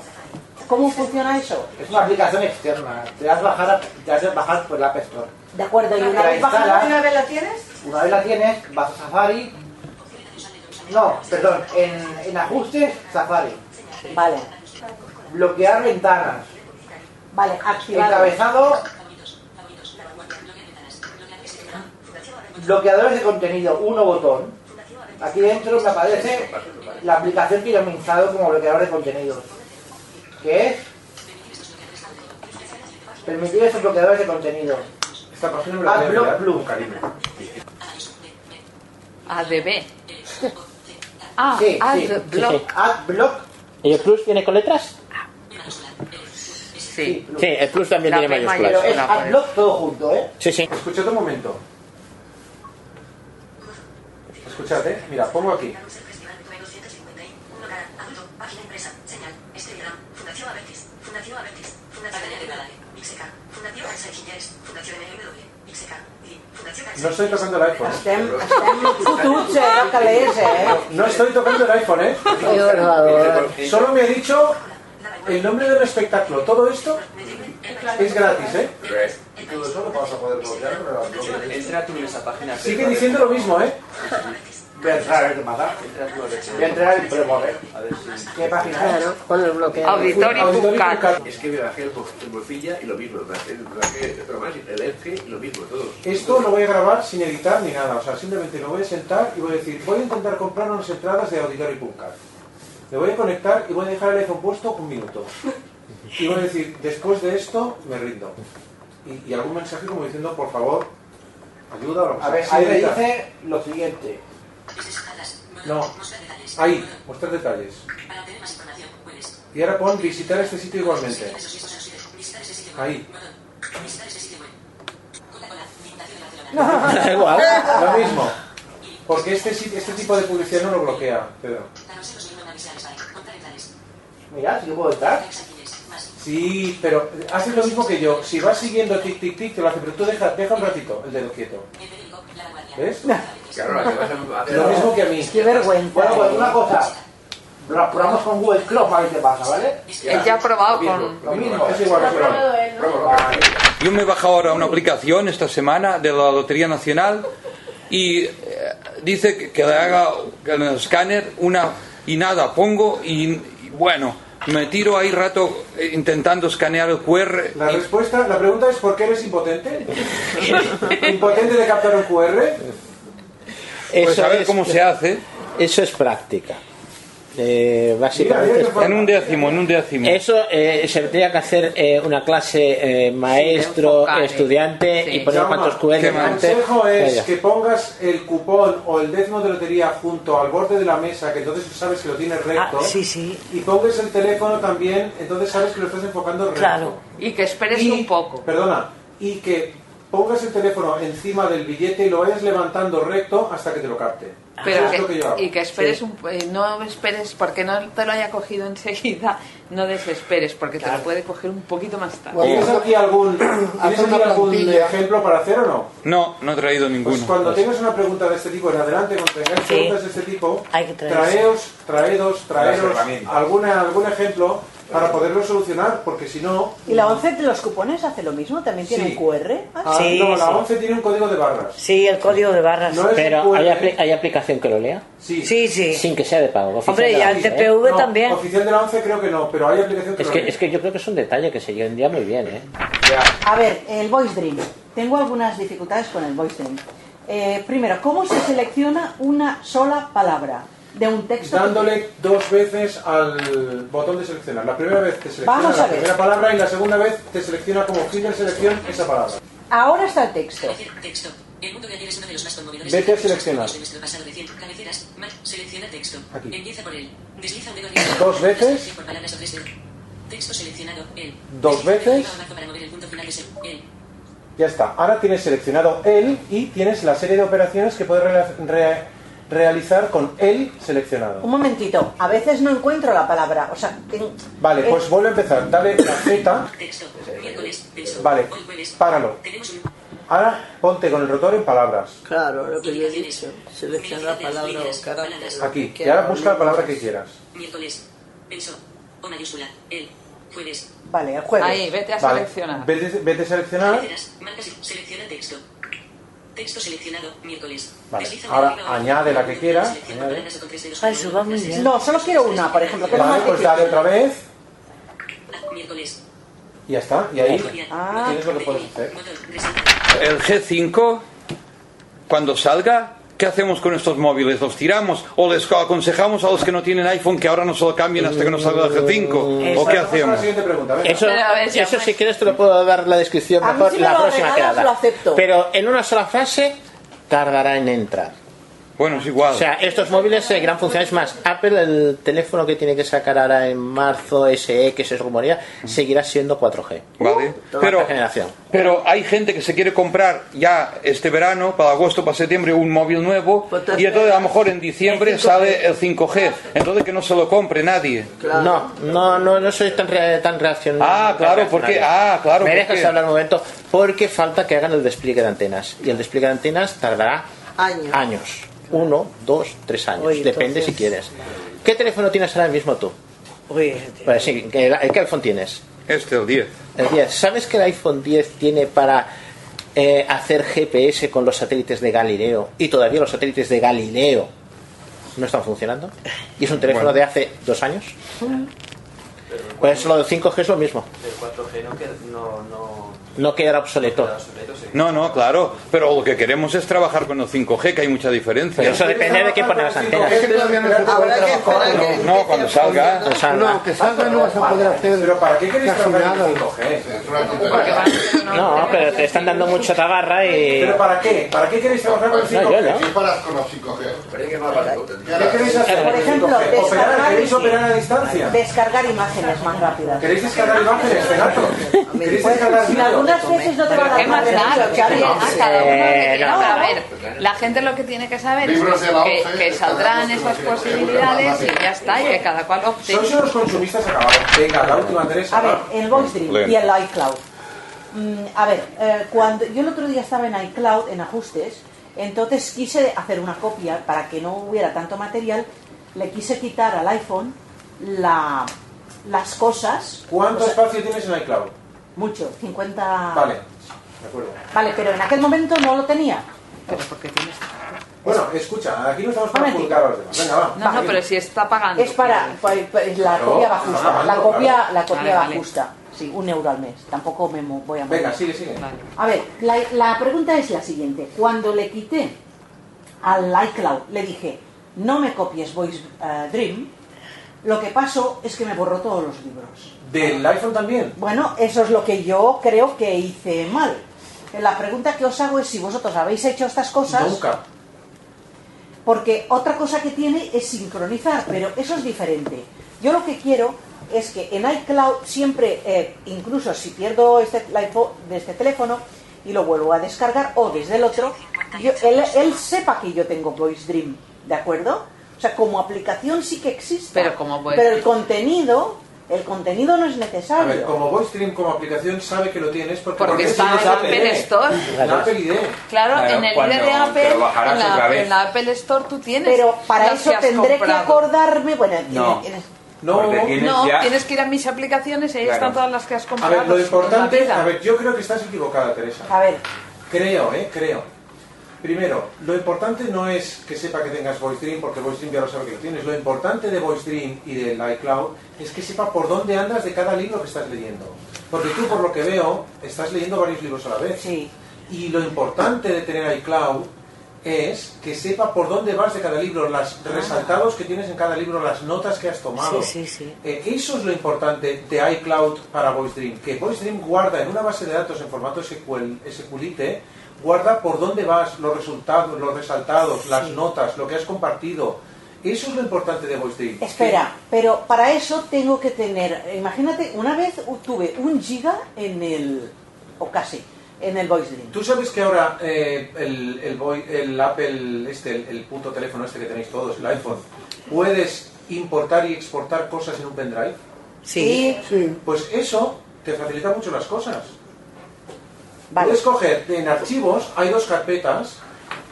S11: ¿Cómo funciona eso?
S10: Es una aplicación externa. Te das bajar, a- te haces bajar por la App Store.
S11: De acuerdo, y
S10: Te
S11: una
S10: la
S11: vez
S10: instalas,
S11: bajada.
S8: ¿Una vez la tienes?
S10: Una vez la tienes, vas a Safari. No, perdón, en, en ajustes, Safari.
S11: Vale,
S10: Bloquear ventanas.
S11: vale, activado.
S10: Encabezado, bloqueadores de contenido, uno botón. Aquí dentro me aparece la aplicación que yo me he instalado como bloqueador de contenidos. Que es permitir esos bloqueadores de contenido.
S4: Esta página me la voy a
S10: Adblock
S4: mirar
S10: Blue.
S4: con cariño.
S12: ADB. Ah,
S10: Sí, sí,
S12: AdBlock.
S2: sí,
S10: Adblock,
S2: ¿Y el plus viene con letras?
S12: Sí.
S2: Sí, el plus también
S12: La
S2: tiene
S12: P
S10: pero
S2: mayúsculas.
S10: es
S12: Hola, pues.
S10: Adblock todo junto, ¿eh?
S2: Sí, sí.
S4: Escuchad un momento. Escuchad, eh. Mira, pongo aquí. No estoy tocando el iPhone.
S11: Estem, estem fotuts, eh, del que l'és, eh?
S4: No estoy tocando el iPhone, eh.
S5: Ay, por favor.
S4: Solo me ha dicho el nombre del espectáculo. Todo esto es gratis, eh.
S9: Y todo eso lo vamos a poder bloquear, pero las bloqueas. Entra tú en esa página.
S4: Sigue diciendo lo mismo, eh.
S10: Voy a entrar a ver qué pasa.
S9: Entra tú a ver si-
S10: Voy a entrar y pruebo a ver
S9: a ver si-
S10: qué página es.
S5: Claro, con el
S2: Ah,
S5: bloqueador.
S12: Auditorio
S4: Auditorio
S12: Pucat.
S4: Pucat.
S9: Es que me bajé el, bo- el bofilla y lo mismo, me bajé el bajé otro más, el Edge y lo mismo, todo.
S4: Esto lo voy a grabar sin editar ni nada, o sea, simplemente me voy a sentar y voy a decir, voy a intentar comprar unas entradas de Auditorio Puncar. Me voy a conectar y voy a dejar el iPhone puesto un minuto. Y voy a decir, después de esto me rindo. Y, y algún mensaje como diciendo, por favor, ayuda o lo que
S10: A ver,
S4: sea.
S10: ahí
S4: Sin
S10: me
S4: editar.
S10: dice lo siguiente.
S4: No, ahí, mostrar detalles. Y ahora pon visitar este sitio igualmente. Ahí,
S2: Da igual.
S4: lo mismo. Porque este, sit- este tipo de publicidad no lo bloquea, Pedro.
S10: Mira, si yo puedo entrar.
S4: Sí, pero haces lo mismo que yo. Si vas siguiendo tic, tic, tic, te lo hace, pero tú deja, deja un ratito el dedo quieto. ¿Ves?
S9: Claro, ahora que vas a hacer
S4: Lo mismo que a mí.
S11: Qué vergüenza. eh.
S10: Bueno, pues una cosa. Lo probamos con Google Chrome a ver qué pasa, ¿vale?
S12: Él ya ha probado con...
S4: Lo mismo, es igual
S8: Lo ha
S4: que yo.
S8: probado él, ¿no?
S9: Vamos, vamos, vamos.
S13: Yo me he bajado ahora una aplicación esta semana de la Lotería Nacional y eh, dice que, que le haga en el escáner una y nada, pongo y, y bueno, me tiro ahí rato eh, intentando escanear el QR.
S4: La respuesta, la pregunta es ¿por qué eres impotente? ¿Impotente de captar un QR?
S13: Pues a ver
S2: es-
S13: cómo se hace.
S2: Eso es práctica. Eh, básicamente es-
S13: En un décimo, en un décimo.
S2: Eso eh, se tendría que hacer eh, una clase eh, maestro,
S4: enfocar, eh.
S2: estudiante y poner
S4: Jaume,
S2: cuantos QR
S4: El
S2: delante.
S4: consejo es
S2: Venga.
S4: que pongas el cupón o el décimo de lotería junto al borde de la mesa, que entonces sabes que lo tienes
S2: Ah,
S6: Ah,
S4: recto. Y pongas el teléfono también, entonces sabes que lo estás enfocando recto.
S12: Y que esperes
S4: Y-
S12: un poco.
S4: Perdona, y que pongas el teléfono encima del billete y lo vayas levantando recto hasta que te lo capte. Eso
S12: Ah. Pero
S4: Ah, es lo que yo hago.
S12: que, y que esperes, un, eh, no esperes porque no te lo haya cogido enseguida, no desesperes porque te lo puede coger un poquito más tarde.
S4: ¿Tienes aquí algún, ¿tienes
S12: una
S4: aquí algún
S12: plantilla.
S4: ejemplo para hacer o no? Pues
S13: No, no he traído ninguno. pues.
S4: Cuando tengas una pregunta de este tipo, en adelante, cuando tengáis
S13: Sí.
S4: preguntas de este tipo,
S13: traerse.
S4: traeos, traedos,
S13: Las
S4: traeros
S13: herramientas.
S4: alguna, algún ejemplo para poderlo solucionar, porque si no...
S11: ¿Y la 11 de los cupones hace lo mismo? ¿También tiene
S4: Sí.
S11: QR? Ah,
S4: Ah,
S11: sí,
S4: no, la
S11: sí.
S4: 11 tiene un código de barras.
S6: Sí, el código de barras.
S4: No es
S2: Pero
S4: QR.
S2: ¿hay, apli- hay aplicación que lo lea?
S4: Sí,
S6: sí.
S2: Sin que sea de pago. oficial
S6: Hombre,
S2: de
S6: y
S2: la
S6: al
S2: lista, ¿eh?
S6: TPV
S4: No,
S6: también.
S4: Oficial de la 11 creo que no, pero hay aplicación que
S2: Es
S4: lo
S2: que,
S4: lee.
S2: es que yo creo que es un detalle que se vendría muy bien, ¿eh?
S11: A ver, el Voice Dream. Tengo algunas dificultades con el Voice Dream. Eh, primero, ¿cómo se selecciona una sola palabra de un texto?
S4: Dándole dos veces al botón de seleccionar. La primera vez te selecciona
S11: Vamos a
S4: la
S11: ver.
S4: primera palabra y la segunda vez te selecciona como fin de selección esa palabra.
S11: Ahora está el texto.
S14: Texto. El mundo de ayer es uno de los más conmovedores
S4: Vete a
S14: ejemplos
S4: seleccionar.
S14: históricos de nuestro pasado reciente. Cabeceras, Mac, selecciona texto.
S4: Aquí.
S14: Empieza por él. Desliza un dedo
S4: Dos veces,
S14: por palabras o tres dedos. Texto seleccionado, él.
S4: dos veces,
S14: Abajo para mover el punto final es él. Él.
S4: Ya está. Ahora tienes seleccionado él y tienes la serie de operaciones que puedes rela- re- realizar con él seleccionado.
S11: Un momentito, a veces no encuentro la palabra. O sea, ten-
S4: Vale,
S11: eh,
S4: pues vuelve a empezar. Dale la Z.
S14: Texto. Miércoles, texto.
S4: Vale,
S14: Hoy jueves.
S4: páralo.
S14: Tenemos un...
S4: Ahora ponte con el rotor en palabras.
S5: Claro, lo que yo he dicho. Selecciona palabra o carácter. lo
S4: Aquí.
S5: que
S4: Y ahora
S5: quiera,
S4: busca la
S5: olvido.
S4: palabra que quieras.
S14: Miércoles. Pensó. O mayúscula. Él. Jueves.
S11: Vale, el jueves.
S12: Ahí, vete a
S4: Vale.
S12: seleccionar.
S4: Vete, vete a seleccionar.
S14: Cabeceras, marcas y selecciona texto. Texto seleccionado, miércoles.
S4: Vale.
S14: Desliza un dedo
S4: Ahora
S14: arriba o abajo.
S4: añade la que quieras.
S14: Selecciona
S4: Añade.
S14: palabras o con tres dedos.
S11: No, solo quiero una, por ejemplo. que es lo
S4: Vale,
S11: más
S4: pues
S11: difícil.
S4: dale otra vez.
S14: Miércoles.
S4: Y ya está. Y ahí
S11: Ah.
S4: tienes lo que puedes hacer.
S13: El G5, cuando salga, ¿qué hacemos con estos móviles? ¿Los tiramos o les aconsejamos a los que no tienen iPhone que ahora no se lo cambien hasta que no salga el G5? ¿O qué hacemos?
S2: Eso,
S13: Pero a ver, ya
S2: eso
S13: más.
S2: si quieres te lo puedo dar la descripción
S13: A mí
S2: mejor
S13: si me
S2: la
S13: lo
S2: próxima
S13: regalas,
S2: quedada.
S13: lo acepto.
S2: Pero en una sola frase tardará en entrar.
S13: Bueno, es igual.
S2: O sea, estos móviles seguirán funcionando. Es más, Apple, el teléfono que tiene que sacar ahora en marzo, SE, que se rumorea, seguirá siendo 4G.
S13: Vale.
S2: Pero, uh, generación.
S13: Pero hay gente que se quiere comprar ya este verano, para agosto, para septiembre, un móvil nuevo y entonces a lo mejor en diciembre sale el 5G. Entonces que no se lo compre nadie.
S2: No, no, no, no soy tan, re- tan reaccionario.
S13: Ah, claro,
S2: tan reaccionario.
S13: porque- ah, claro,
S2: Me
S13: porque-
S2: dejas hablar un momento, porque falta que hagan el despliegue de antenas. Y el despliegue de antenas tardará
S5: Años.
S2: años. Uno, dos, tres años.
S5: Oye,
S2: Depende si
S5: entonces-
S2: quieres. ¿Qué teléfono tienes ahora mismo tú? Pues sí, ¿qué, qué iPhone tienes?
S13: Este, el 10.
S2: El 10. ¿Sabes que el iPhone 10 tiene para eh, hacer GPS con los satélites de Galileo? Y todavía los satélites de Galileo no están funcionando. Y es un teléfono
S13: Bueno.
S2: de hace dos años. Pues lo del 5G es lo mismo.
S16: El 4G no queda, no, no
S2: No quedará obsoleto.
S16: obsoleto, sí.
S13: No, no, claro. Pero lo que queremos es trabajar con el 5G, que hay mucha diferencia.
S2: Eso depende de qué poner las antenas.
S13: No, no, cuando salga.
S17: No, que salga no vas a poder hacer
S4: Pero ¿para qué queréis
S17: casi
S4: trabajar
S17: nada.
S4: en 5G?
S2: No, pero te están dando mucho tabarra y...
S4: ¿Pero para qué? ¿Para qué queréis trabajar con el 5G?
S2: No, yo no.
S7: Paras con los 5G.
S4: ¿Qué queréis hacer?
S11: Por ejemplo,
S4: ¿Operar?
S11: descargar,
S4: ¿Queréis operar a distancia?
S11: descargar imágenes más rápidas.
S4: ¿Queréis descargar imágenes de gato? ¿Queréis descargar
S11: Y
S4: vídeo?
S11: algunas veces no te van a
S12: ¿Qué
S11: dar
S12: más
S11: de
S12: da?
S11: nada,
S12: Lo que
S11: Xavi.
S12: había- ah, cada
S2: Eh,
S12: uno lo que quiera.
S11: No,
S12: A ver, la gente lo que tiene que saber es
S4: Libros de la
S12: que,
S4: OCE,
S12: que saldrán esas posibilidades y ya está, y que cada cual opte.
S4: Sois unos consumistas acabados. Venga, la última, Teresa.
S11: A ver, el Voice Dream
S4: Lento.
S11: y el iCloud. Mm, a ver, eh, cuando yo el otro día estaba en iCloud, en ajustes, entonces quise hacer una copia para que no hubiera tanto material, le quise quitar al iPhone la, las cosas.
S4: ¿Cuánto
S11: o sea,
S4: espacio tienes en iCloud?
S11: Mucho, 50...
S4: Vale, de acuerdo.
S11: Vale, pero en aquel momento no lo tenía.
S4: Bueno, escucha, aquí no estamos para juzgar a los demás. Venga, va.
S12: No, no, pero si está pagando.
S11: Es para, pa- pa- es la
S4: Claro,
S11: copia va
S4: está
S11: justa, la
S4: pagando,
S11: copia,
S4: claro.
S11: la copia
S4: Vale,
S11: va
S4: vale.
S11: justa. Sí, un euro al mes. Tampoco me mo- voy a mover.
S4: Venga, sigue, sigue.
S11: A ver, la, la pregunta es la siguiente. Cuando le quité al iCloud, le dije, no me copies Voice eh, Dream, lo que pasó es que me borró todos los libros.
S4: ¿Del iPhone también?
S11: Bueno, eso es lo que yo creo que hice mal. La pregunta que os hago es si vosotros habéis hecho estas cosas.
S4: Nunca.
S11: Porque otra cosa que tiene es sincronizar, pero eso es diferente. Yo lo que quiero es que en iCloud siempre, eh, incluso si pierdo este, la info de este teléfono y lo vuelvo a descargar o desde el otro, yo- él, él sepa que yo tengo Voice Dream, ¿de acuerdo? O sea, como aplicación sí que existe,
S12: Pero como Voice
S11: pero el
S12: Dream.
S11: contenido, el contenido no es
S4: A
S11: necesario.
S4: ver, como VoiceStream como aplicación sabe que lo tienes porque,
S12: Porque
S4: lo
S12: está
S4: tienes
S12: en Apple Store.
S4: En Apple ID.
S12: Claro, en el ID de Apple, en la, en la Apple Store tú tienes. Pero
S11: Para eso tendré que acordarme, bueno,
S12: No.
S11: en- en-
S4: No,
S12: no, tienes que ir a mis aplicaciones y ahí
S4: Claro.
S12: están todas las que has
S4: A
S12: comprado. Pues
S4: ver, lo importante,
S12: Rápida.
S4: a ver, yo creo que estás equivocada, Teresa.
S11: A ver.
S4: Creo, eh, creo. Primero, lo importante no es que sepa que tengas VoiceDream, porque VoiceDream ya lo sabe que lo tienes. Lo importante de VoiceDream y del iCloud es que sepa por dónde andas de cada libro que estás leyendo. Porque tú, por lo que veo, estás leyendo varios libros a la vez.
S11: Sí.
S4: Y lo importante de tener iCloud es que sepa por dónde vas de cada libro, los resaltados que tienes en cada libro, las notas que has tomado.
S11: Ah. Sí, sí, sí.
S4: Eh, eso es lo importante de iCloud para VoiceDream, que VoiceDream guarda en una base de datos en formato SQL, SQLite, guarda por dónde vas, los resultados, los resaltados, las notas, lo que has compartido. Eso es lo importante de VoiceDream.
S11: Espera, pero para eso tengo que tener, imagínate, una vez tuve un giga en el, o casi, en el voice link.
S4: ¿Tú sabes que ahora eh, el, el voi- el Apple, este, el, el puto teléfono este que tenéis todos, el iPhone, puedes importar y exportar cosas en un pendrive?
S11: Sí.
S4: Pues eso te facilita mucho las cosas.
S11: Vale.
S4: Puedes coger en archivos, hay dos carpetas,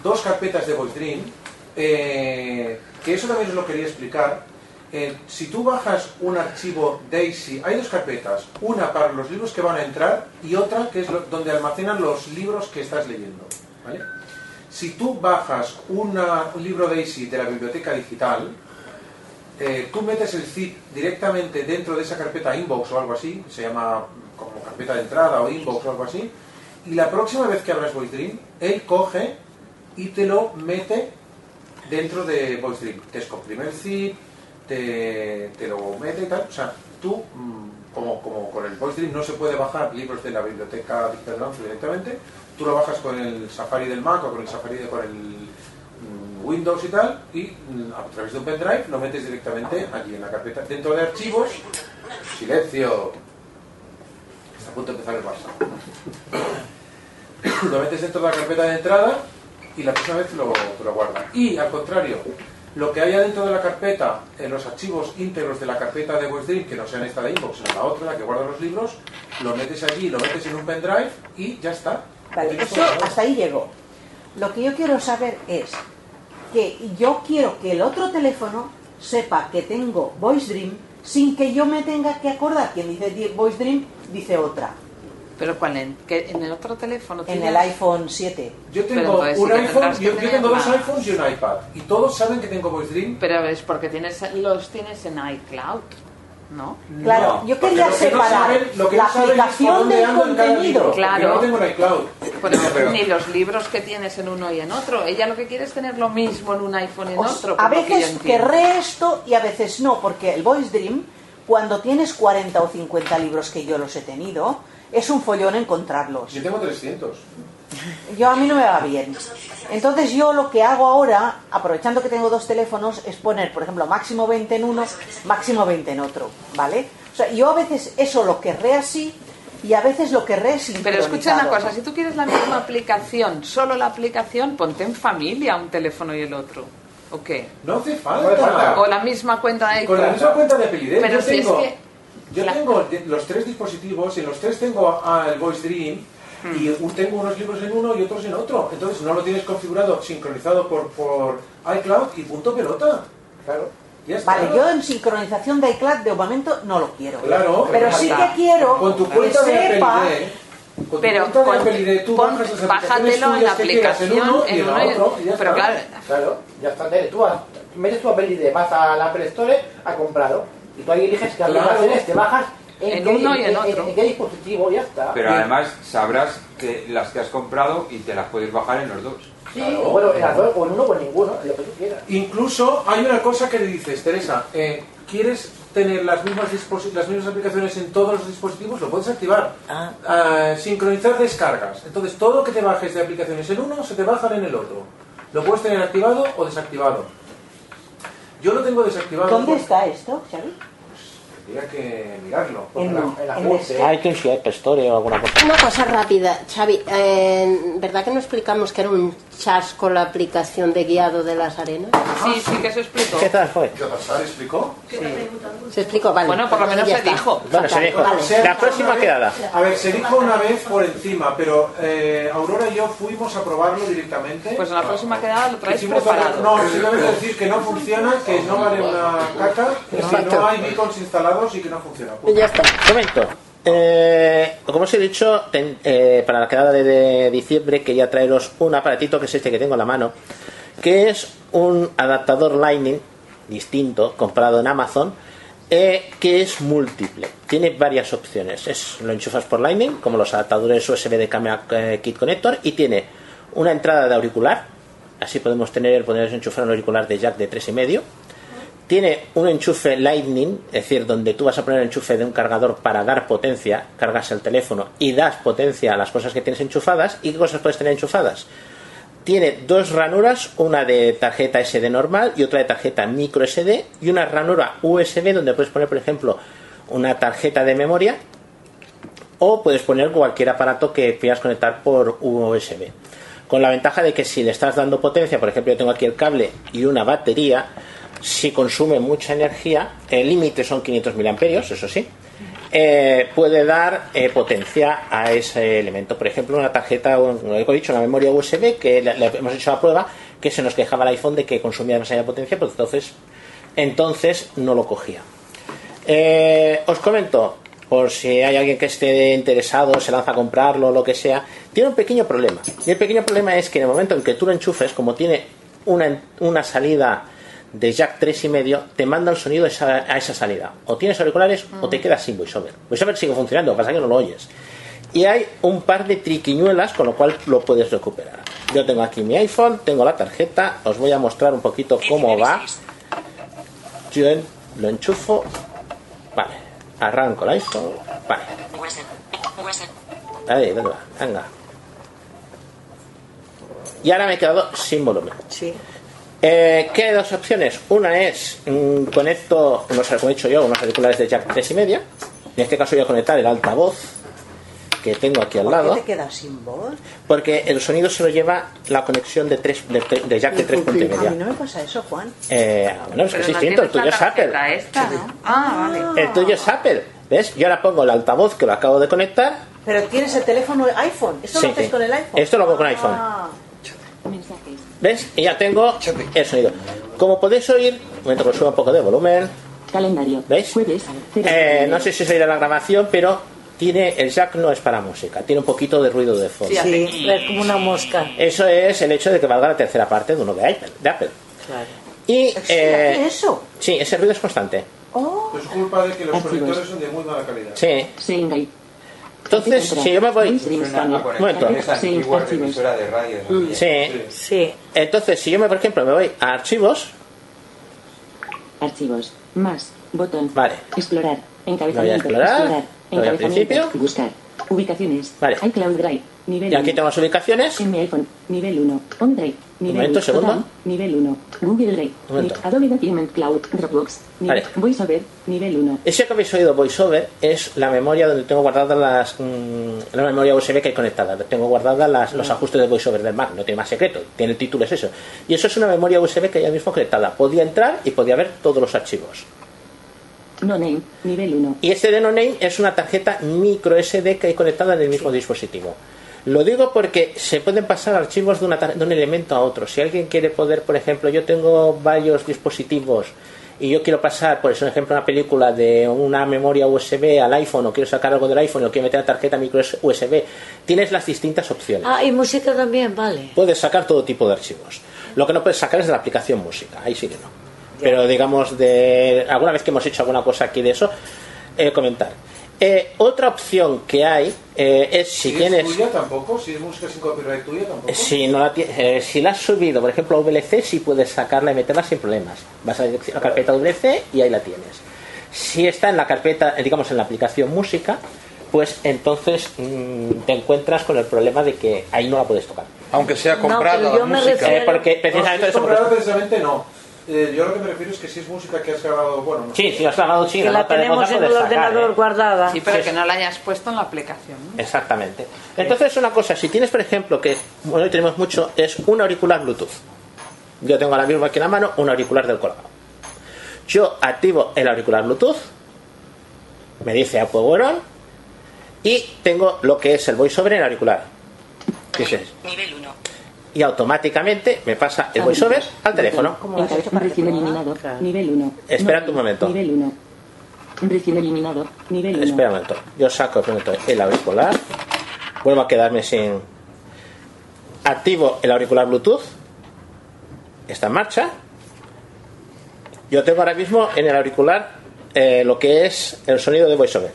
S4: dos carpetas de VoiceDream, eh, que eso también os lo quería explicar. Eh, si tú bajas un archivo Daisy, hay dos carpetas, una para los libros que van a entrar y otra que es lo- donde almacenan los libros que estás leyendo. ¿vale? Si tú bajas una- un libro Daisy de la biblioteca digital, eh, tú metes el zip directamente dentro de esa carpeta inbox o algo así, se llama como carpeta de entrada o inbox o algo así, y la próxima vez que abras VoiceDream, él coge y te lo mete dentro de VoiceDream. Te descomprime el zip, te, te lo mete y tal. O sea, tú, mm, como, como con el VoiceDream no se puede bajar libros de la biblioteca Digital Downloads directamente, tú lo bajas con el Safari del Mac o con el Safari de, con el mm, Windows y tal, y mm, a través de un pendrive lo metes directamente allí en la carpeta, dentro de archivos. Silencio. Está a punto de empezar el Barça. lo metes dentro de la carpeta de entrada y la próxima vez lo, te lo guardas. Y al contrario, lo que haya dentro de la carpeta, en los archivos íntegros de la carpeta de WebDream, que no sean esta de inbox, sino la otra, la que guarda los libros, lo metes allí, lo metes en un pendrive y ya está.
S11: Vale,
S4: Tienes
S11: eso
S4: todo.
S11: hasta ahí llegó. Lo que yo quiero saber es que yo quiero que el otro teléfono sepa que tengo voice dream sin que yo me tenga que acordar. Quien dice di- voice dream dice otra.
S12: Pero ¿cuál? ¿En, que en el otro teléfono?
S11: En
S12: tienes?
S11: el iPhone 7.
S4: Yo
S12: Pero
S4: tengo
S12: entonces sí
S4: un
S12: que
S4: iPhone,
S12: tendrás que
S4: yo, yo
S12: tener
S4: tengo dos
S12: más.
S4: iPhones y un iPad. Y todos saben que tengo VoiceDream.
S12: Pero es porque tienes, los tienes en iCloud, ¿no?
S11: Claro, yo quería separar la aplicación del contenido.
S12: Claro,
S4: iCloud.
S12: pero ni los libros que tienes en uno y en otro. Ella lo que quiere es tener lo mismo en un iPhone y en
S11: Os-
S12: otro. por
S11: a
S12: lo que yo
S11: veces
S12: entiendo.
S11: querré esto y a veces no, porque el Voice Dream, cuando tienes 40 o 50 libros que yo los he tenido, es un follón encontrarlos.
S4: Yo tengo 300.
S11: Yo a mí no me va bien. Entonces yo lo que hago ahora, aprovechando que tengo dos teléfonos, es poner, por ejemplo, máximo 20 en uno, máximo 20 en otro, ¿vale? O sea, yo a veces eso lo querré así y a veces lo querré sin
S12: Pero escucha una cosa, si tú quieres la misma aplicación, solo la aplicación, ponte en familia un teléfono y el otro. ¿O qué?
S4: No hace
S12: O
S4: falta.
S12: la misma cuenta de
S4: Con la
S12: iCloud.
S4: misma cuenta de Pelidez,
S12: Pero
S4: yo
S12: si
S4: tengo,
S12: es que...
S4: yo tengo de- los tres dispositivos y en los tres tengo ah, el Voice Dream y un- tengo unos libros en uno y otros en otro. Entonces no lo tienes configurado, sincronizado por, por iCloud y punto pelota. Claro. Ya está.
S11: Vale, yo en sincronización de iCloud de momento no lo quiero.
S4: Claro,
S11: pero sí que quiero
S4: Con tu
S11: que
S4: cuenta de
S11: sepa.
S4: Apple ID, con
S12: Pero
S4: tu cuenta de
S12: pon-
S4: Apple ID, tú
S12: pon-
S4: bajas las aplicaciones
S12: bájatelo en la
S4: tuyas que quieras, en
S12: aplicación,
S4: uno y
S12: en
S4: en
S12: uno y-
S4: otro, y ya
S12: pero
S4: está.
S12: claro,
S18: Claro, ya está, Tere. Tú has- metes tu Apple ID, vas al Apple Store a comprarlo. Y tú ahí eliges que
S4: Claro.
S18: aplicaciones te bajas en,
S4: En
S18: qué-
S4: uno y en
S18: en qué dispositivo, ya está.
S3: Pero
S18: Sí.
S3: además sabrás que las que has comprado y te las puedes bajar en los dos.
S18: Sí, o bueno, en las dos, o en uno o en ninguno, lo que tú quieras.
S4: Incluso hay una cosa que le dices, Teresa, eh, ¿quieres tener las mismas, disposi- las mismas aplicaciones en todos los dispositivos? Lo puedes activar. Ah, sincronizar descargas. Entonces, todo lo que te bajes de aplicaciones en uno se te bajan en el otro. Lo puedes tener activado o desactivado. Yo lo tengo desactivado.
S11: ¿Dónde está esto, Xavi?
S4: Tendría que mirarlo.
S11: Pues En la- en la
S4: web.
S2: iTunes y App Store o alguna cosa.
S19: Una cosa rápida, Xavi, eh, ¿verdad que no explicamos que era un chasco la aplicación de guiado de las arenas?
S12: Sí, sí que se explicó.
S2: ¿Qué tal fue?
S7: ¿Se explicó?
S19: Se explicó, vale. Pues
S4: Bueno, por lo
S11: pues
S4: menos
S19: Ya
S4: se
S19: está.
S4: dijo.
S2: Bueno, se
S19: Vale,
S2: dijo.
S19: vale.
S2: La próxima quedada.
S4: A ver, se dijo una vez por encima, pero eh, Aurora y yo fuimos a probarlo directamente. Ah.
S12: Pues en la próxima quedada lo traes
S4: Hicimos
S12: preparado.
S4: No, simplemente decir que no funciona, que no vale una caca, que no hay beacons instalados y que no funciona. Pues,
S19: Ya está.
S2: Comento. Eh, como os he dicho, ten- eh, para la quedada de, de diciembre quería traeros un aparatito que es este que tengo en la mano, que es un adaptador Lightning distinto comprado en Amazon, eh, que es múltiple. Tiene varias opciones. Es, lo enchufas por Lightning, como los adaptadores USB de Camera eh, Kit Connector, y tiene una entrada de auricular. Así podemos tener, podemos enchufar un auricular de jack de 3,5 tiene un enchufe Lightning, es decir, donde tú vas a poner el enchufe de un cargador para dar potencia, cargas el teléfono y das potencia a las cosas que tienes enchufadas. ¿Y qué cosas puedes tener enchufadas? Tiene dos ranuras, una de tarjeta SD normal y otra de tarjeta micro SD, y una ranura USB donde puedes poner, por ejemplo, una tarjeta de memoria o puedes poner cualquier aparato que quieras conectar por USB. Con la ventaja de que si le estás dando potencia, por ejemplo, yo tengo aquí el cable y una batería, si consume mucha energía, el límite son 500 miliamperios, eso sí, eh, puede dar eh, potencia a ese elemento. Por ejemplo, una tarjeta, un- como he dicho, una memoria USB que le, le hemos hecho la prueba, que se nos quejaba el iPhone de que consumía demasiada potencia, pues entonces, entonces no lo cogía. Eh, os comento, por si hay alguien que esté interesado, se lanza a comprarlo, lo que sea, tiene un pequeño problema. Y el pequeño problema es que en el momento en que tú lo enchufes, como tiene una, una salida de jack 3,5, te manda el sonido esa- a esa salida. O tienes auriculares o te quedas sin voiceover. Voiceover sigue funcionando, lo que pasa es que no lo oyes. Y hay un par de triquiñuelas con lo cual lo puedes recuperar. Yo tengo aquí mi iPhone, tengo la tarjeta, os voy a mostrar un poquito cómo va. Yo en- lo enchufo, vale, arranco el iPhone, vale,
S14: WhatsApp. WhatsApp.
S2: ahí, venga, venga. Y ahora me he quedado sin volumen.
S11: Sí.
S2: Eh, ¿Qué hay dos opciones? Una es mm, conecto, unos, como he dicho yo, unos auriculares de jack 3 y media. En este caso voy a conectar el altavoz que tengo aquí al
S11: ¿Por
S2: lado,
S11: qué te quedas sin voz?
S2: porque el sonido se lo lleva la conexión de, tres, de, tre- de jack de 3.5.
S11: A mí no me pasa eso, Juan.
S2: Eh, bueno, es que es distinto, el tuyo es Apple.
S11: Ah, vale.
S2: El tuyo es Apple. ¿Ves? Yo ahora pongo el altavoz que lo acabo de conectar.
S11: Pero tienes el teléfono iPhone. Eso
S2: Sí,
S11: lo haces
S2: sí.
S11: con el iPhone.
S2: Esto lo hago con iPhone.
S11: Ah.
S2: ¿Ves? Y ya tengo el sonido. Como podéis oír, un momento que suba un poco de volumen. Calendario. ¿Veis? Eh, no sé si se oirá la grabación, pero tiene el jack no es para música. Tiene un poquito de ruido de fondo.
S11: Sí, es como una mosca.
S2: Eso es el hecho de que valga la tercera parte de uno de Apple. De Apple. Y,
S19: Eh,
S4: hace
S2: eso? Sí, ese ruido es constante.
S4: Es pues culpa de que los conectores son de muy mala calidad.
S2: Sí. Entonces, si yo me voy... Un momento.
S3: de radio.
S2: Sí. Entonces, si yo me, por ejemplo, me voy a archivos.
S15: Archivos. Más. Botón.
S2: Vale.
S15: Explorar. Encabezamiento.
S2: Lo voy a explorar.
S15: Explorar.
S2: Lo voy al
S15: Encabezamiento. Buscar. Ubicaciones.
S2: Vale.
S15: iCloud Drive. Nivel
S2: Y aquí
S15: uno.
S2: tengo las ubicaciones.
S15: En mi iPhone. Nivel 1. OnDrive. Nivel
S2: momento,
S15: uno.
S2: segundo.
S15: Total. Nivel 1. Google Drive.
S2: Un momento.
S15: Adobe Document Cloud. Dropbox. Nivel,
S2: Vale.
S15: VoiceOver. Nivel 1.
S2: Ese que habéis oído, VoiceOver, es la memoria donde tengo guardadas las. mm, la memoria USB que hay conectada. Tengo guardadas las- los ajustes de VoiceOver del Mac. No tiene más secreto. Tiene el título, es eso. Y eso es una memoria USB que ya mismo conectada. Podía entrar y podía ver todos los archivos.
S15: No name. Nivel 1.
S2: Y este de No Name es una tarjeta micro SD que hay conectada en el mismo dispositivo. Lo digo porque se pueden pasar archivos de, una tar- de un elemento a otro. Si alguien quiere poder, por ejemplo, yo tengo varios dispositivos y yo quiero pasar, por ejemplo, una película de una memoria USB al iPhone o quiero sacar algo del iPhone o quiero meter la tarjeta micro USB, tienes las distintas opciones.
S6: Ah, y música también, vale.
S2: Puedes sacar todo tipo de archivos. Lo que no puedes sacar es de la aplicación música, ahí sí que no. Pero digamos, de alguna vez que hemos hecho alguna cosa aquí de eso, eh, comentar. Eh, otra opción que hay eh, es si
S4: Si
S2: tienes...
S4: es tuya tampoco, si es música sin copyright tuya tampoco.
S2: Si, no la ti- eh, si la has subido, por ejemplo, a VLC, sí puedes sacarla y meterla sin problemas. Vas a la dirección- a la carpeta VLC y ahí la tienes. Si está en la carpeta, eh, digamos, en la aplicación música, pues entonces mm, te encuentras con el problema de que ahí no la puedes tocar.
S13: Aunque sea
S2: comprada la música. Eh, porque
S4: No,
S2: precisamente
S4: si
S2: eso-
S4: es comprado, precisamente no. Eh, yo lo que me refiero es que si es música que has grabado, bueno, no
S2: Sí, si la has grabado, sí,
S4: Que la
S2: nota de voz
S4: tenemos
S2: la
S4: en
S2: puedes
S4: el
S2: sacar,
S4: ordenador
S2: ¿eh?
S6: guardada.
S12: Sí, pero que no la hayas puesto en la aplicación. ¿no?
S2: Exactamente. Entonces, una cosa, si tienes, por ejemplo, que bueno, hoy tenemos mucho, es un auricular Bluetooth. Yo tengo ahora mismo aquí en la mano un auricular del colgado. Yo activo el auricular Bluetooth, me dice Apple Power On, y tengo lo que es el voiceover en el auricular. ¿Qué es eso?
S14: Nivel 1.
S2: Y automáticamente me pasa el voiceover al teléfono. Ah.
S15: Recién eliminado. Nivel 1.
S2: Espera un momento.
S15: Nivel 1. Recién eliminado. Nivel 1.
S2: Espera un momento. Yo saco un momento, el auricular. Vuelvo a quedarme sin. Activo el auricular Bluetooth. Está en marcha. Yo tengo ahora mismo en el auricular eh, lo que es el sonido de voiceover.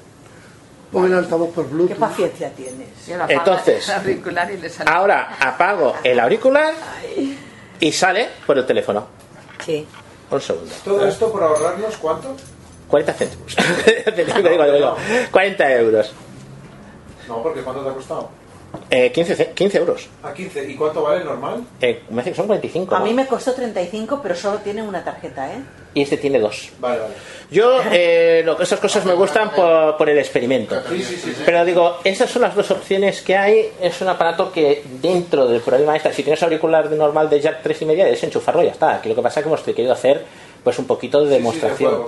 S17: Pon el altavoz por Bluetooth. ¿Qué
S11: paciencia tienes?
S12: Yo la apago
S2: Entonces,
S12: el auricular y le sale.
S2: Ahora apago el auricular y sale por el teléfono.
S6: Sí.
S2: Un segundo.
S4: Todo esto por ahorrarnos cuánto?
S2: 40 céntimos. Te digo, te digo, te digo. 40 euros.
S4: No, porque cuánto te ha costado?
S2: Eh, 15, ce- 15 euros.
S4: A 15. ¿Y cuánto vale el normal?
S2: Eh, me dice que son 45.
S11: A
S2: ¿no?
S11: mí me costó 35, pero solo tiene una tarjeta, ¿eh?
S2: Y este tiene dos.
S4: Vale, vale.
S2: Yo, eh, lo- esas cosas me gustan por, por el experimento. Pero digo, esas son las dos opciones que hay. Es un aparato que dentro del problema esta, si tienes auricular de normal de jack 3 y media, desenchufarlo y ya está. Aquí lo que pasa es que hemos querido hacer pues un poquito de demostración.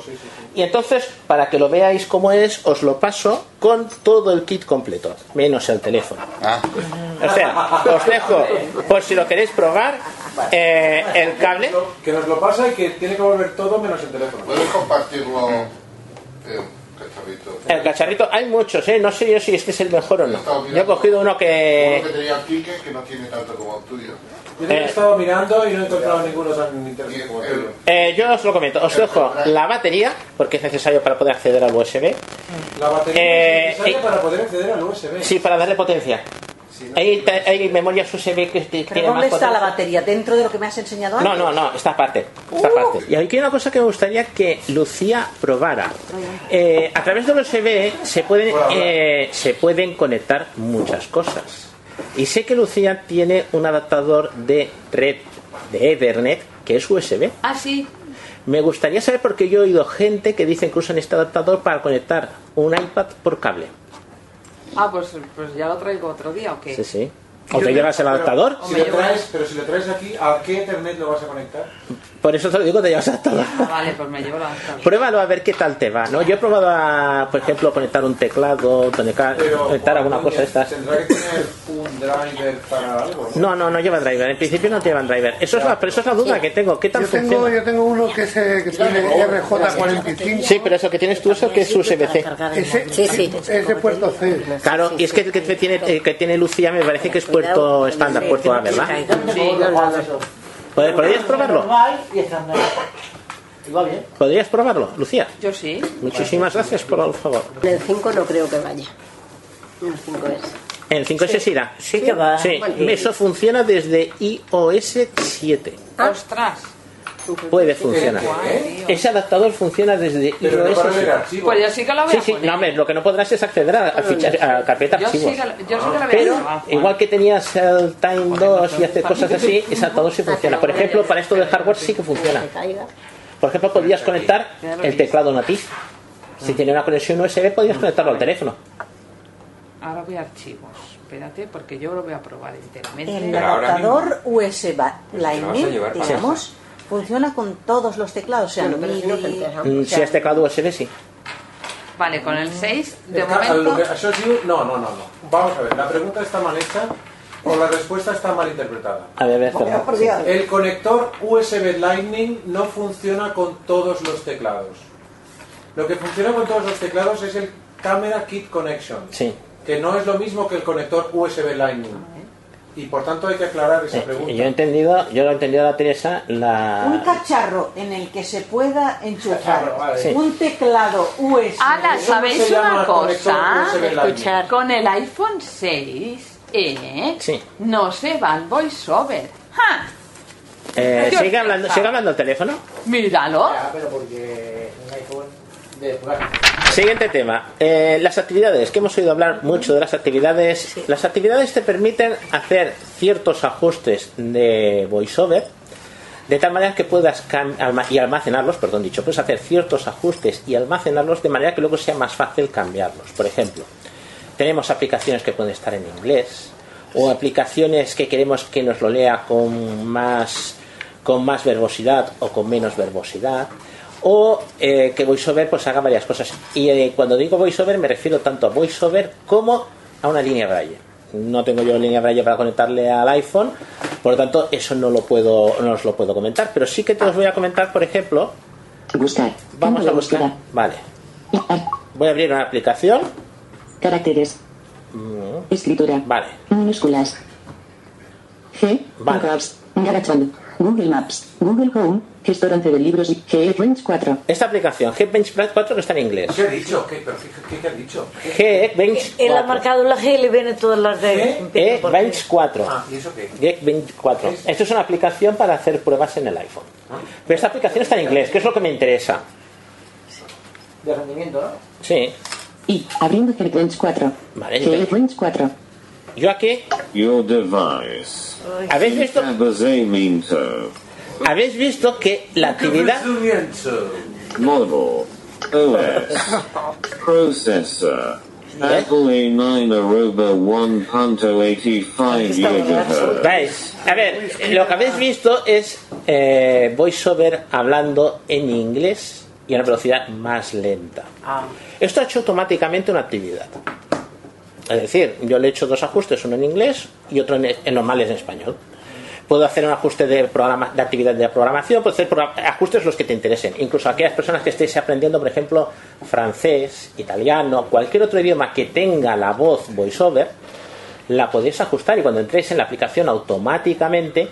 S2: Y entonces, para que lo veáis cómo es, os lo paso con todo el kit completo, menos el teléfono. O sea, os dejo, por si lo queréis probar, eh, el cable.
S4: Que nos lo pasa y que tiene que volver todo menos el teléfono.
S7: Puedes compartirlo, eh, cacharrito.
S2: El cacharrito, hay muchos, ¿eh? No sé yo si este es el mejor o no. Eh, Yo he cogido uno
S7: Uno que
S2: que...
S7: tenía el Quique, que no tiene tanto como el tuyo.
S4: Yo
S2: Eh.
S4: he estado mirando y no he encontrado ninguno tan interesante como el tuyo.
S2: eh, yo os lo comento, os dejo la batería, porque es necesario para poder acceder al USB.
S4: La batería
S2: Eh,
S4: es necesaria
S2: eh.
S4: para poder acceder al USB.
S2: Sí, para darle potencia. Hay, ta- hay memorias USB que t-
S11: ¿Pero
S2: tienen más
S11: dónde está
S2: potencia.
S11: la batería? ¿Dentro de lo que me has enseñado
S2: No,
S11: antes?
S2: no, no, esta parte. Esta parte. Y aquí hay una cosa que me gustaría que Lucía probara. Eh, a través del USB se pueden, eh, se pueden conectar muchas cosas. Y sé que Lucía tiene un adaptador de red de Ethernet que es USB.
S12: Ah, sí.
S2: Me gustaría saber porque yo he oído gente que dicen que usan este adaptador para conectar un iPad por cable.
S12: Ah, pues, pues ya lo traigo otro día, ¿o qué?
S2: Sí, sí. ¿O te llevas el
S4: Pero,
S2: adaptador?
S4: Si lo traes, pero si lo traes aquí, ¿a qué internet lo vas a conectar?
S2: Por eso te lo digo, te llevas el adaptador.
S12: Ah, vale, pues me llevo la otra.
S2: Pruébalo a ver qué tal te va, ¿no? Yo he probado a, por ejemplo, conectar un teclado, conectar, conectar alguna cosa de estas.
S4: Tendrá que tener un driver para algo.
S2: No, no, no lleva driver. En principio no llevan driver. Eso es la, pero eso es la duda que tengo. ¿Qué tal
S17: Yo tengo,
S2: funciona?
S17: yo tengo uno que, es, eh, que tiene RJ45.
S2: Sí, pero eso que tienes tú, eso que es USB-C.
S17: Ese, es de puerto C.
S2: Claro, y es que el que tiene, el que tiene Lucía me parece que es puerto estándar, puerto A, ¿verdad? ¿Pod- ¿Podrías probarlo?
S10: Normal y estándar. Y va bien.
S2: ¿Podrías probarlo, Lucía?
S12: Yo sí.
S2: Muchísimas gracias por el favor.
S19: En el 5 no creo que vaya. En el 5S.
S2: En 5S sí irá.
S19: Sí que va.
S2: Sí,
S19: Bueno, y-
S2: eso funciona desde iOS 7.
S12: Ah. ¡Ostras!
S2: Puede funcionar.
S12: ¿Eh?
S2: Ese adaptador funciona desde
S12: Pero no
S2: iOS
S12: para ver
S2: 7.
S12: archivos. Pues yo sí que lo voy
S2: Sí,
S12: a
S2: sí,
S12: poner.
S2: no, hombre, lo que no podrás es acceder a, a ficha- a carpeta
S12: Yo sí
S2: archivos. Ah.
S12: que lo- yo sí que lo voy a
S2: Pero,
S12: probar, Juan.
S2: igual que tenías el Time 2 y hacer cosas así, ese adaptador sí funciona. Por ejemplo, para esto del hardware sí que funciona. Por ejemplo, podrías conectar el teclado natif.
S12: Ah.
S2: Si tiene una conexión USB, podrías conectarlo al teléfono.
S12: Ahora voy a archivos. Espérate, porque yo lo voy a probar enteramente.
S11: El adaptador
S6: Pues
S11: USB
S12: vas a
S11: Lightning,
S12: llevar para
S11: digamos, funciona con todos los teclados, o sea,
S12: Bueno, pero si no
S11: MIDI,
S2: Mm,
S12: pues
S11: o sea,
S2: Si es teclado USB, sí.
S12: Vale, con el 6, de
S4: Es que a lo
S12: momento...
S4: que- a Shoshi- no, no, no, no. Vamos a ver, la pregunta está mal hecha o la respuesta está mal interpretada.
S2: A ver, a
S11: Oh,
S2: ver, Fernando.
S4: El conector USB Lightning no funciona con todos los teclados. Lo que funciona con todos los teclados es el Camera Kit Connection,
S2: Sí.
S4: que no es lo mismo que el conector USB Lightning. Y por tanto hay que aclarar esa
S2: Eh, Y
S4: pregunta.
S2: Yo he entendido, yo lo he entendido a la Teresa,
S11: Un
S2: la...
S11: cacharro en el que se pueda enchufar
S2: vale. Sí.
S11: un teclado USB.
S12: Ala, ¿sabéis una cosa?
S11: Escuchar.
S12: Con el iPhone 6 ¿eh?
S2: Sí.
S12: no se va el voiceover. ¡Ja!
S2: Eh, ¿sigue, hablando, ¿Sigue hablando el teléfono?
S12: Míralo.
S18: Ah, pero porque un iPhone de
S2: Siguiente tema. Eh, las actividades, que hemos oído hablar mucho de las actividades. Las actividades te permiten hacer ciertos ajustes de voiceover, de tal manera que puedas cam- alma- y almacenarlos, perdón dicho, puedes hacer ciertos ajustes y almacenarlos de manera que luego sea más fácil cambiarlos. Por ejemplo, tenemos aplicaciones que pueden estar en inglés o aplicaciones que queremos que nos lo lea con más con más verbosidad o con menos verbosidad o eh, que VoiceOver pues haga varias cosas y eh, cuando digo VoiceOver me refiero tanto a VoiceOver como a una línea braille no tengo yo línea braille para conectarle al iPhone por lo tanto eso no lo puedo no os lo puedo comentar pero sí que te os voy a comentar por ejemplo
S15: Buscar.
S2: vamos
S15: Campo
S2: a
S15: de
S2: buscar
S15: búsqueda.
S2: vale voy a abrir una aplicación
S15: Caracteres.
S2: Mm,
S15: Escritura.
S2: vale
S15: Minúsculas. G.
S2: Vale.
S15: Caps. GarageBand. Google Maps. Google Home. Gestor 11 de libros. y G. 4.
S2: esta aplicación GBenchPlus 4 que está en inglés
S4: ¿Qué ha dicho? ¿Qué, pero qué- qué- qué ha dicho?
S2: GBench
S6: Él ha
S2: 4
S6: marcado la G y le vienen todas las
S2: ¿Eh?
S6: de...
S2: E, GBench 4
S4: ¿Y eso qué?
S2: GeekBench 4. Esto es una aplicación para hacer pruebas en el iPhone. Pero esta aplicación está en inglés, que es lo que me interesa.
S18: de rendimiento, ¿no?
S2: Sí.
S15: Y. Abriendo G. 4.
S2: Vale,
S15: G. 4.
S2: Yo aquí,
S20: Your device.
S2: ¿habéis visto,
S20: Establecimiento.
S2: habéis visto que la actividad...
S20: Model. OS. Processor.
S2: ¿Eh?
S20: Apple A9 Aruba 1.85 GHz.
S2: Veis, a ver, lo que habéis visto es eh, VoiceOver hablando en inglés y a una velocidad más lenta. Esto ha hecho automáticamente una actividad. Es decir, yo le he hecho dos ajustes, uno en inglés y otro en, en normales en español. Puedo hacer un ajuste de, programa, de actividad de programación, puedo hacer progra- ajustes los que te interesen. Incluso aquellas personas que estéis aprendiendo, por ejemplo, francés, italiano, cualquier otro idioma que tenga la voz voiceover, la podéis ajustar y cuando entréis en la aplicación automáticamente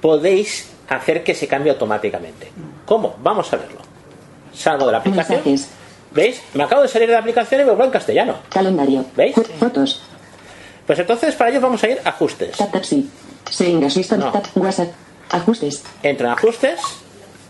S2: podéis hacer que se cambie automáticamente. ¿Cómo? Vamos a verlo. Salgo de la aplicación.
S15: Mensajes.
S2: ¿Veis? Me acabo de salir de la aplicación y me vuelvo en castellano.
S15: Calendario.
S2: ¿Veis?
S15: Fotos.
S2: Pues entonces para ello vamos a ir a ajustes.
S15: Tap taxi. Saying assistant.
S2: No.
S15: Tap WhatsApp. Ajustes.
S2: Entro en ajustes.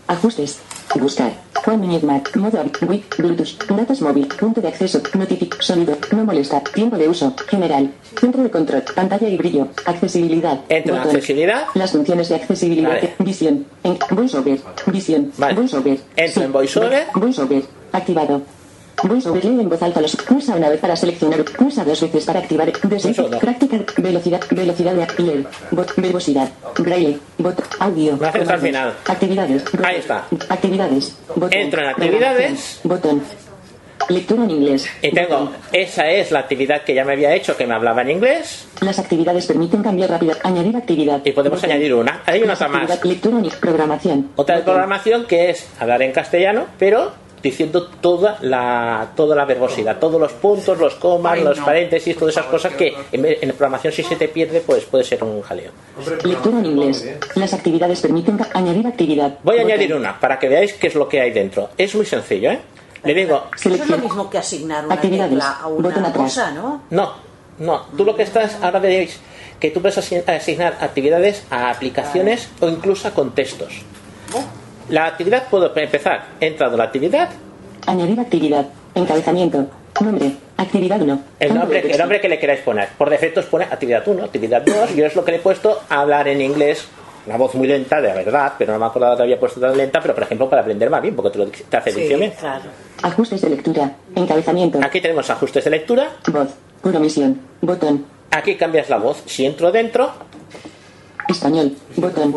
S15: Ajustes. Buscar. One Minute Mac. Modo app. Wi- Bluetooth. Datos móvil. Punto de acceso. Notific. Sonido. No molesta. Tiempo de uso. General. Centro de control. Pantalla y brillo. Accesibilidad.
S2: Entro en
S15: Botón.
S2: accesibilidad.
S15: Las funciones de accesibilidad.
S2: Vale.
S15: Visión. En VoiceOver. Visión. VoiceOver.
S2: Entro en VoiceOver.
S15: VoiceOver. Activado. VoiceOver lee en voz alta los. Pulsa una vez para seleccionar. Pulsa dos veces para activar. Desliz.
S2: Eso no.
S15: Práctica. Velocidad. Velocidad de leer. Bot. Verbosidad. Braille. Bot. Audio.
S2: Me hace hasta el
S15: Comandos.
S2: final.
S15: Actividades.
S2: Ahí está.
S15: Actividades. Botón.
S2: Entro en actividades.
S15: Botón. Lectura en inglés.
S2: Y tengo, esa es la actividad que ya me había hecho, que me hablaba en inglés.
S15: Las actividades permiten cambiar rápido. Añadir actividad. Y
S2: Podemos añadir una. Hay una otra más.
S15: Lectura en programación.
S2: Otra de programación que es hablar en castellano, pero diciendo toda la toda la verbosidad, todos los puntos, los comas,
S15: Ay,
S2: los
S15: no.
S2: paréntesis, todas esas cosas que en, en programación si se te pierde, pues puede ser un jaleo.
S15: Lectura en inglés. Las actividades permiten ca- añadir actividad.
S2: Voy a
S15: Botón.
S2: añadir una para que veáis qué es lo que hay dentro. Es muy sencillo, ¿eh? Le digo,
S11: Eso es lo mismo que asignar una
S2: Actividades.
S11: tecla a
S2: Botón
S11: una
S2: atrás.
S11: cosa, ¿no?
S2: no, no, tú lo que estás ahora veréis que tú puedes asi- asignar actividades a aplicaciones o incluso a contextos. La actividad puedo empezar, he entrado en la actividad,
S15: Añadir actividad. Encabezamiento. Nombre. Actividad 1.
S2: El nombre, el nombre que le queráis poner. Por defecto os pone actividad 1, actividad 2. Yo es lo que le he puesto a hablar en inglés. Una voz muy lenta, de la verdad, pero no me acordaba que había puesto tan lenta, pero por ejemplo para aprender más bien, porque te, lo, te hace
S15: Sí,
S2: dicción bien.
S15: Ajustes de lectura. Encabezamiento.
S2: Aquí tenemos ajustes de lectura.
S15: Voz. Puro misión. Botón.
S2: Aquí cambias la voz. Si entro dentro,
S15: Español. Botón.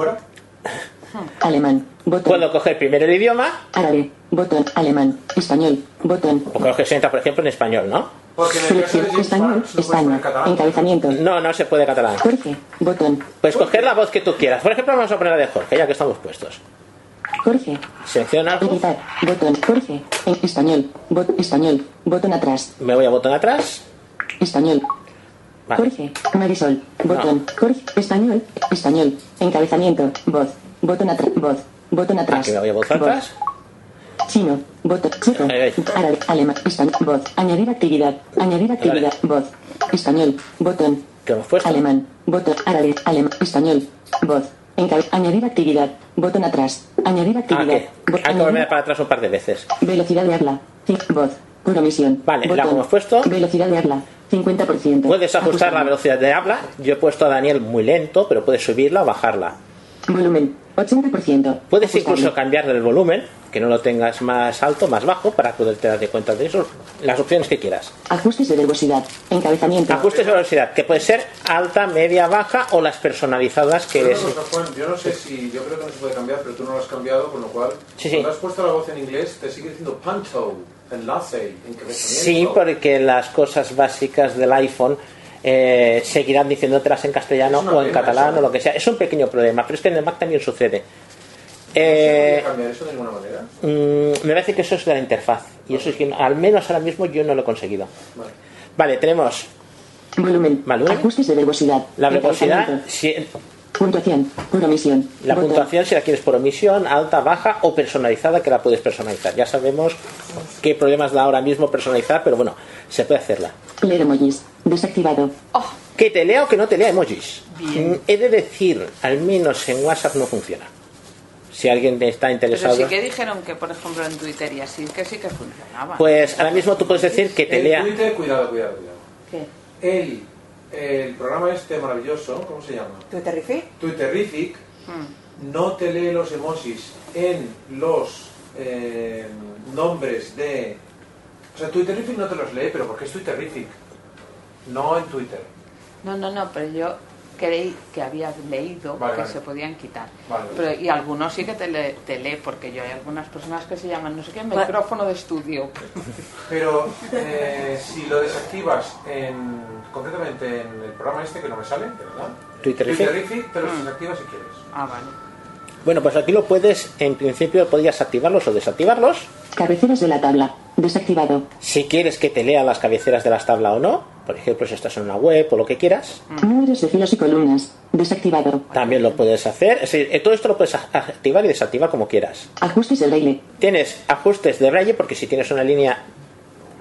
S15: Alemán. Botón.
S2: puedo coger primero el idioma,
S15: Árabe. Botón. Alemán. Español. Botón.
S2: o coges entra, por ejemplo, en español, ¿no?
S4: Porque en el caso de
S15: Selección
S4: James Barnes, no
S15: español,
S4: puedes
S15: España.
S4: poner catalán.
S15: Encabezamiento.
S2: No, no se puede catalán.
S15: Jorge, botón.
S2: Pues coger la voz que tú quieras. Por ejemplo, vamos a poner la de Jorge, ya que estamos puestos.
S15: Jorge,
S2: Selecciona algo,
S15: editar. Botón. Jorge, en español. Bot, español. Botón atrás.
S2: me voy a botón atrás.
S15: Español.
S2: Vale.
S15: Jorge, Marisol. Botón. Jorge, español. Español. Encabezamiento. Voz. Botón atrás. Voz. Botón atrás.
S2: Aquí Ah, me voy a voz atrás. Ah,
S15: Chino. Botón. Checo. Árabe. Alemán. Español. Voz. Añadir actividad. Añadir actividad. Voz. Español. Botón.
S2: ¿Qué hemos puesto?
S15: Alemán. Botón. Árabe. Alemán. Español. Voz. Encabe- añadir actividad. Botón atrás. Añadir
S2: Ah,
S15: actividad.
S2: que hay que volver para atrás un par de veces.
S15: Velocidad de habla. Cin- Voz. Promisión.
S2: Vale, la hemos puesto.
S15: Velocidad de habla. 50%.
S2: Puedes ajustar la velocidad de habla. Yo he puesto a Daniel muy lento, pero puedes subirla o bajarla.
S15: Volumen. 80%.
S2: Puedes incluso cambiarle el volumen, que no lo tengas más alto, más bajo, para poderte dar de cuenta de eso. Las opciones que quieras.
S15: Ajustes de verbosidad. Encabezamiento.
S2: Ajustes de velocidad, que puede ser alta, media, baja o las personalizadas
S4: Pero
S2: que
S4: una cosa, Juan, yo no sé si, yo creo que no se puede cambiar, pero tú no lo has cambiado, con lo cual,
S2: Sí, sí.
S4: cuando has puesto la voz en inglés, te sigue diciendo panto, enlace,
S2: Sí,
S4: encabezamiento.
S2: porque las cosas básicas del iPhone eh, seguirán diciéndotelas en castellano
S4: Es una
S2: o en
S4: pena
S2: catalán
S4: eso.
S2: o lo que sea. Es un pequeño problema, pero es que en el Mac también sucede.
S4: ¿No
S2: Eh,
S4: se podía cambiar eso de ninguna manera?
S2: mm, me parece que eso es de la interfaz. Y eso es que al menos ahora mismo yo no lo he conseguido.
S4: Vale.
S2: Vale, tenemos
S15: Volumen. Ajustes de verbosidad.
S2: la velocidad,
S15: Encabezamiento.
S2: si-
S15: Puntuación. Por omisión.
S2: la
S15: Botón.
S2: puntuación, si la quieres por omisión, alta, baja o personalizada, que la puedes personalizar. Ya sabemos qué problemas da ahora mismo personalizar, pero bueno, se puede hacerla.
S15: Leer emojis. Desactivado.
S2: Que te lea o que no te lea emojis. Mm, He de decir, al menos en WhatsApp no funciona. Si alguien te está
S12: Pero
S2: interesado.
S12: sí que dijeron que, por ejemplo, en Twitter y así, que sí que funcionaba.
S2: Pues ahora mismo tú puedes decir que te
S4: En
S2: lea.
S4: Twitter, cuidado, cuidado, cuidado. El, el programa este maravilloso, ¿cómo se llama?
S11: ¿Twitterific?
S4: Twitterific, no te lee los emojis en los eh, nombres de... O sea, Twitterific no te los lee, pero porque es Twitterific, no en Twitter.
S12: No, no, no, pero yo creí que había leído
S4: Vale,
S12: que
S4: vale.
S12: se podían quitar.
S4: Vale.
S12: Pero, y algunos sí que te, le- te lee, porque yo hay algunas personas que se llaman, no sé qué,
S2: Pues-
S12: micrófono de estudio.
S4: Pero eh, si lo desactivas en, concretamente en el programa este que no me sale, de ¿verdad?
S2: Twitterific.
S4: te los desactivas si quieres.
S12: Ah, vale.
S2: Bueno, pues aquí lo puedes, en principio podrías activarlos o desactivarlos.
S15: Cabeceras de la tabla. Desactivado.
S2: Si quieres que te lea las cabeceras de las tablas o no. Por ejemplo, si estás en una web o lo que quieras.
S15: Números de filas y columnas. Desactivado.
S2: También lo puedes hacer. Es decir, eh, todo esto lo puedes a- activar y desactivar como quieras.
S15: Ajustes de braille.
S2: Tienes ajustes de braille porque si tienes una línea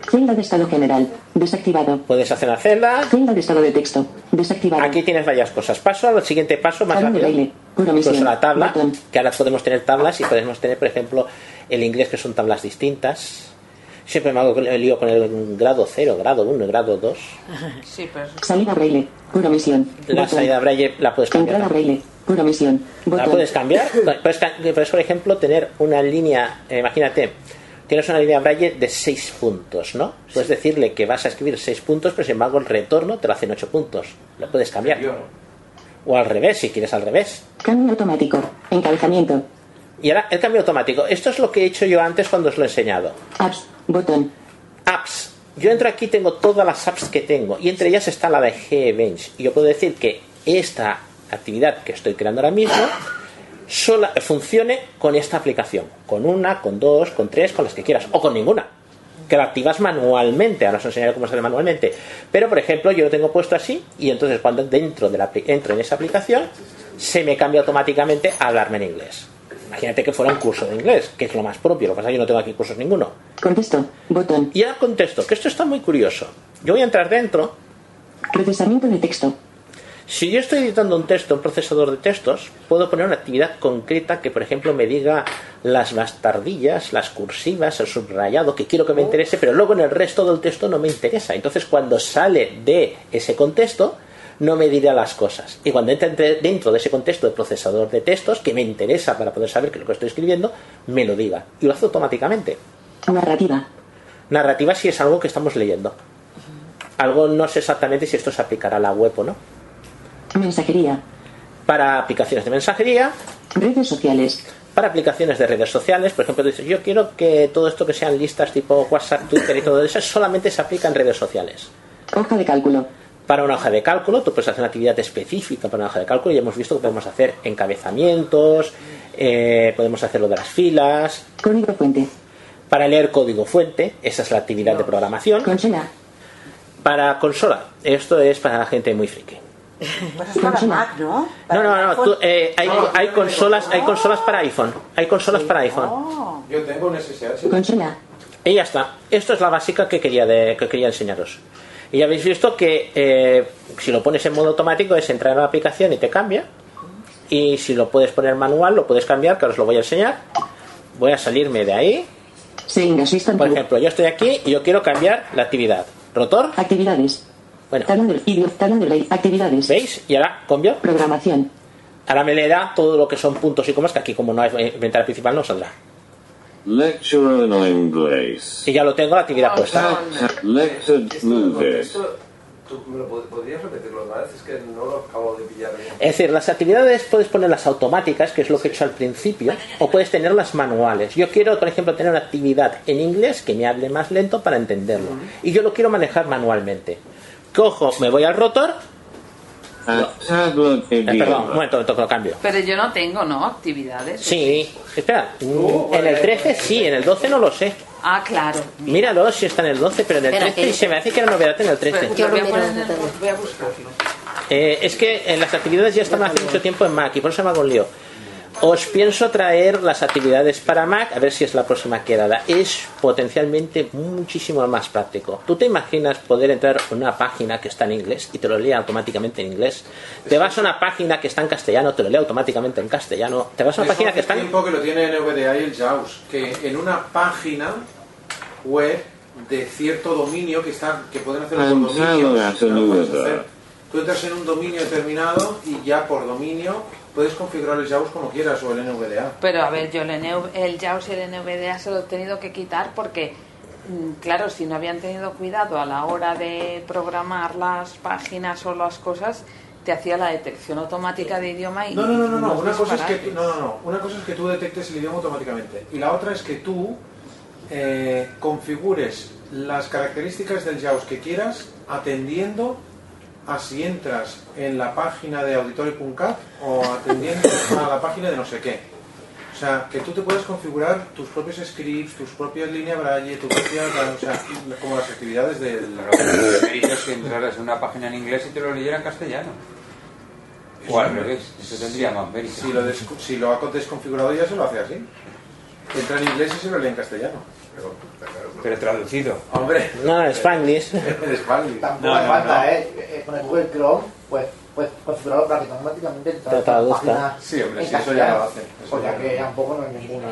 S15: Celda de estado general. Desactivado.
S2: puedes hacer una celda.
S15: Celda de estado de texto. Desactivado.
S2: Aquí tienes varias cosas. Paso al siguiente paso más
S15: Salón de
S2: rápido.
S15: baile. Puro
S2: Incluso
S15: misión.
S2: la tabla, que ahora podemos tener tablas y podemos tener, por ejemplo, el inglés que son tablas distintas. Siempre me hago el lío con el grado 0, grado 1 y grado 2.
S12: Sí, pero eso-
S15: Salida braille. Puro misión.
S2: La
S15: Botón.
S2: salida braille la puedes
S15: Entrada
S2: cambiar.
S15: braille. Puro misión.
S2: La
S15: Botón.
S2: puedes cambiar. Puedes, ca- puedes, por ejemplo, tener una línea, eh, imagínate, tienes una línea braille de 6 puntos, ¿no? Puedes decirle que vas a escribir 6 puntos, pero sin embargo el retorno te lo hacen 8 puntos. Lo puedes cambiar. O al revés, si quieres al revés.
S15: Cambio automático. Encabezamiento.
S2: Y ahora el cambio automático. Esto es lo que he hecho yo antes cuando os lo he enseñado.
S15: Apps. Botón.
S2: Apps. Yo entro aquí, tengo todas las apps que tengo. Y entre ellas está la de G-Bench. Y yo puedo decir que esta actividad que estoy creando ahora mismo sola, funcione con esta aplicación. Con una, con dos, con tres, con las que quieras. O con ninguna. Que la activas manualmente. Ahora os enseñaré cómo se hace manualmente. Pero, por ejemplo, yo lo tengo puesto así. Y entonces cuando dentro de la, apli- entro en esa aplicación, se me cambia automáticamente a hablarme en inglés. Imagínate que fuera un curso de inglés, que es lo más propio. Lo que pasa es que yo no tengo aquí cursos ninguno.
S15: Contesto. Botón.
S2: Y ahora contesto, que esto está muy curioso. Yo voy a entrar dentro.
S15: Procesamiento de texto.
S2: Si yo estoy editando un texto, un procesador de textos, puedo poner una actividad concreta que, por ejemplo, me diga las bastardillas, las cursivas, el subrayado, que quiero que me interese, pero luego en el resto del texto no me interesa. Entonces, cuando sale de ese contexto, no me dirá las cosas. Y cuando entra entre- dentro de ese contexto de procesador de textos, que me interesa para poder saber que lo que estoy escribiendo, me lo diga. Y lo hace automáticamente.
S15: Narrativa.
S2: Narrativa si es algo que estamos leyendo. Algo no sé exactamente si esto se aplicará a la web o no.
S15: Mensajería.
S2: para aplicaciones de mensajería.
S15: Redes sociales.
S2: Para aplicaciones de redes sociales, por ejemplo, dices, yo quiero que todo esto que sean listas tipo WhatsApp, Twitter y todo eso, solamente se aplica en redes sociales.
S15: Hoja de cálculo.
S2: Para una hoja de cálculo, tú puedes hacer una actividad específica para una hoja de cálculo y hemos visto que podemos hacer encabezamientos, eh, podemos hacer lo de las filas.
S15: Código fuente.
S2: Para leer código fuente, esa es la actividad de programación.
S15: Consola.
S2: Para consola, esto es para la gente muy friki.
S11: Pues es para Mac, ¿no?
S2: No, no, no. tú, eh, hay, hay consolas, hay consolas para iPhone. Hay consolas para iPhone.
S4: Yo tengo un SSH.
S15: Consola.
S2: Y ya está. Esto es la básica que quería, de- que quería enseñaros. Y ya habéis visto que eh, si lo pones en modo automático es entrar a la aplicación y te cambia. Y si lo puedes poner manual, lo puedes cambiar, que ahora os lo voy a enseñar. Voy a salirme de ahí. Por ejemplo, yo estoy aquí y yo quiero cambiar la actividad. Rotor.
S15: Actividades.
S2: Bueno.
S15: Tabla del vídeo. Tabla de ley. Actividades.
S2: ¿Veis? Y ahora cambio.
S15: Programación.
S2: Ahora me le da todo lo que son puntos y comas, que aquí como no hay eh, ventana principal no saldrá.
S20: Lecture in English.
S2: Y ya lo tengo la actividad puesta.
S20: Selected movies.
S9: Esto, ¿tú me lo pod- podrías repetirlo otra vez? Es que no lo acabo de pillar bien.
S2: Es decir, las actividades puedes ponerlas automáticas, que es lo que he hecho al principio, o puedes tenerlas manuales. Yo quiero, por ejemplo, tener una actividad en inglés que me hable más lento para entenderlo. Y yo lo quiero manejar manualmente. Cojo, me voy al rotor.
S20: A tablet
S2: Eh, perdón, un
S20: idioma.
S2: momento, toco lo cambio.
S12: Pero yo no tengo, ¿no? Actividades.
S2: Sí, espera. mm, En el 13 sí, en el 12 no lo sé.
S12: Ah, claro.
S2: Míralo si está en el 12, pero en el
S12: Espera,
S2: 13
S12: que-
S2: se me hace que era novedad en el 13.
S12: Pero voy, a poner en el- voy a buscarlo.
S2: Eh, es que en las actividades ya están hace mucho tiempo en Mac y por eso me hago un lío. Os pienso traer las actividades para Mac, a ver si es la próxima quedada. Es potencialmente muchísimo más práctico. ¿Tú te imaginas poder entrar a una página que está en inglés y te lo lea automáticamente en inglés? ¿Te vas a una página que está en castellano, te lo lee automáticamente en castellano? ¿Te vas a una
S4: Eso
S2: página
S4: hace
S2: que está en
S4: tiempo que lo tiene NVDA y el JAWS, que en una página web de cierto dominio que están que pueden hacer los
S20: And
S4: dominios,
S20: tablet
S4: no lo puedes
S20: movies.
S4: hacer. tú entras en un dominio determinado y ya por dominio puedes configurar el JAWS como quieras o el NVDA.
S12: Pero a ver, yo el, NV el JAWS y el NVDA se lo he tenido que quitar porque, mm, claro, si no habían tenido cuidado a la hora de programar las páginas o las cosas, te hacía la detección automática de idioma y...
S4: No, no, no, no, no.
S12: unos
S4: Una cosa es
S12: disparates.
S4: que no, no, no. Una cosa es que tú detectes el idioma automáticamente y la otra es que tú eh, configures las características del JAWS que quieras atendiendo a si entras en la página de auditorio.cat o atendiendo a la página de no sé qué. O sea, que tú te puedes configurar tus propios scripts, tus propias líneas braille, tu propia, o sea, como las actividades del...
S3: Dices que entraras en una página en inglés y te lo leyera en castellano. O al revés, eso tendría más mérito.
S4: Si lo, descu- si lo ha desconfigurado ya se lo hace así. Entra en inglés y se lo lee en castellano.
S3: Pero traducido.
S4: Hombre.
S2: No, en Spanglish.
S4: Tampoco
S18: No, hace falta, ¿eh? Eh, Con el Google Chrome, pues, pues configurarlo para que automáticamente te
S2: Te traduzca.
S4: Sí, hombre,
S18: en
S4: sí, eso ya
S18: castellano.
S4: lo hacen, eso
S18: Porque
S4: ya lo
S18: que
S4: hacen.
S18: tampoco no es ninguna...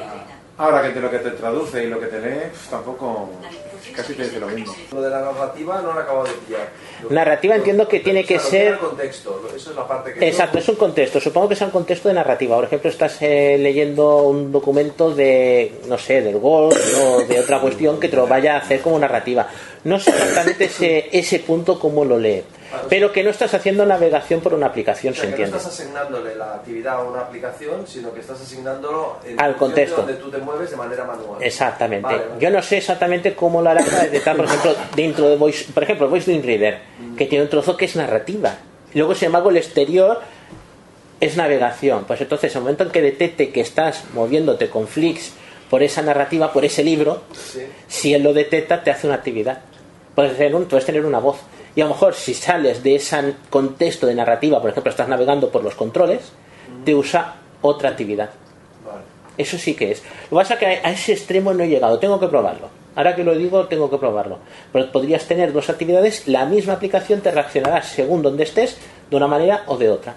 S4: Ahora que te, lo que te traduce y lo que te lee, pues, tampoco casi te dice lo mismo.
S9: Lo de la narrativa no lo acabo de pillar. Lo-
S2: Narrativa entiendo que
S9: lo-
S2: tiene
S9: o
S2: que
S9: sea, lo que
S2: ser-
S9: era el contexto, lo- eso es la parte que...
S2: Exacto, es un contexto. Supongo que sea un contexto de narrativa. Por ejemplo, estás eh, leyendo un documento de, no sé, del golf o de otra cuestión que te lo vaya a hacer como narrativa. No sé exactamente ese, ese punto cómo lo lee. Pero que no estás haciendo navegación por una aplicación,
S9: O sea,
S2: se
S9: que no
S2: entiende.
S9: estás asignándole la actividad a una aplicación, sino que estás asignándolo en función de
S2: Al contexto.
S9: donde tú te mueves de manera manual.
S2: Exactamente.
S9: Vale, vale.
S2: Yo no sé exactamente cómo lo hará para detectar, por ejemplo, dentro de Voice, por ejemplo, Voice Dream Reader, que tiene un trozo que es narrativa. Luego, sin embargo, el exterior es navegación. Pues entonces, el momento en que detecte que estás moviéndote con flicks por esa narrativa, por ese libro, si él lo detecta, te hace una actividad. Puedes tener, un- puedes tener una voz. Y a lo mejor, si sales de ese contexto de narrativa, por ejemplo, estás navegando por los controles, te usa otra actividad. Eso sí que es. Lo que pasa es que a a ese extremo no he llegado. Tengo que probarlo. Ahora que lo digo, tengo que probarlo. Pero podrías tener dos actividades, la misma aplicación te reaccionará según donde estés, de una manera o de otra.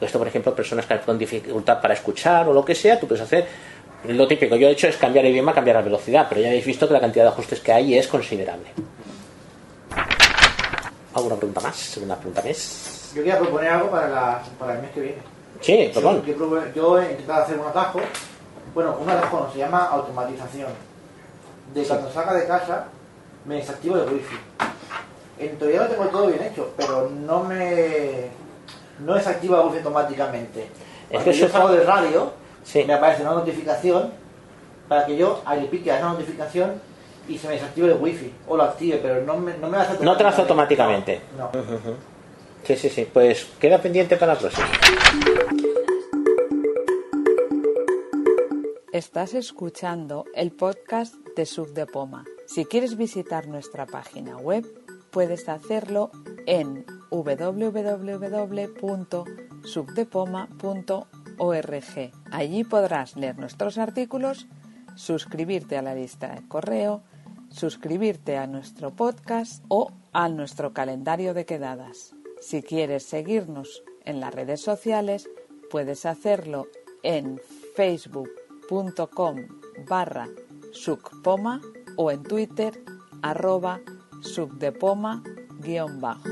S2: Esto, por ejemplo, personas que con dificultad para escuchar o lo que sea, tú puedes hacer lo típico. Yo he hecho es cambiar el idioma, cambiar la velocidad, pero ya habéis visto que la cantidad de ajustes que hay es considerable. ¿Alguna pregunta más? ¿Segunda pregunta más?
S18: Yo quería proponer algo para, la, para el mes que viene.
S2: Sí,
S18: Yo-
S2: perdón.
S18: Yo, probé- yo he intentado hacer un atajo, bueno, un atajo no, se llama automatización. De cuando salga de casa, me desactivo el wifi. En teoría lo tengo todo bien hecho, pero no me...
S10: no es activa Google automáticamente. Cuando
S2: que
S10: yo
S2: eso-
S10: salgo del radio,
S2: Sí.
S10: me aparece una notificación para que yo le pique a esa notificación y se me desactive el wifi o lo active, pero no me, no me hace
S2: No te lo hace automáticamente.
S10: No.
S2: Ujú. Sí, sí, sí. Pues queda pendiente para la próxima.
S12: Estás escuchando el podcast de Sub de Poma. Si quieres visitar nuestra página web, puedes hacerlo en www.subdepoma.org. Allí podrás leer nuestros artículos, suscribirte a la lista de correo, suscribirte a nuestro podcast o a nuestro calendario de quedadas. Si quieres seguirnos en las redes sociales, puedes hacerlo en facebook.com barra sucpoma o en twitter arroba subdepoma guión bajo.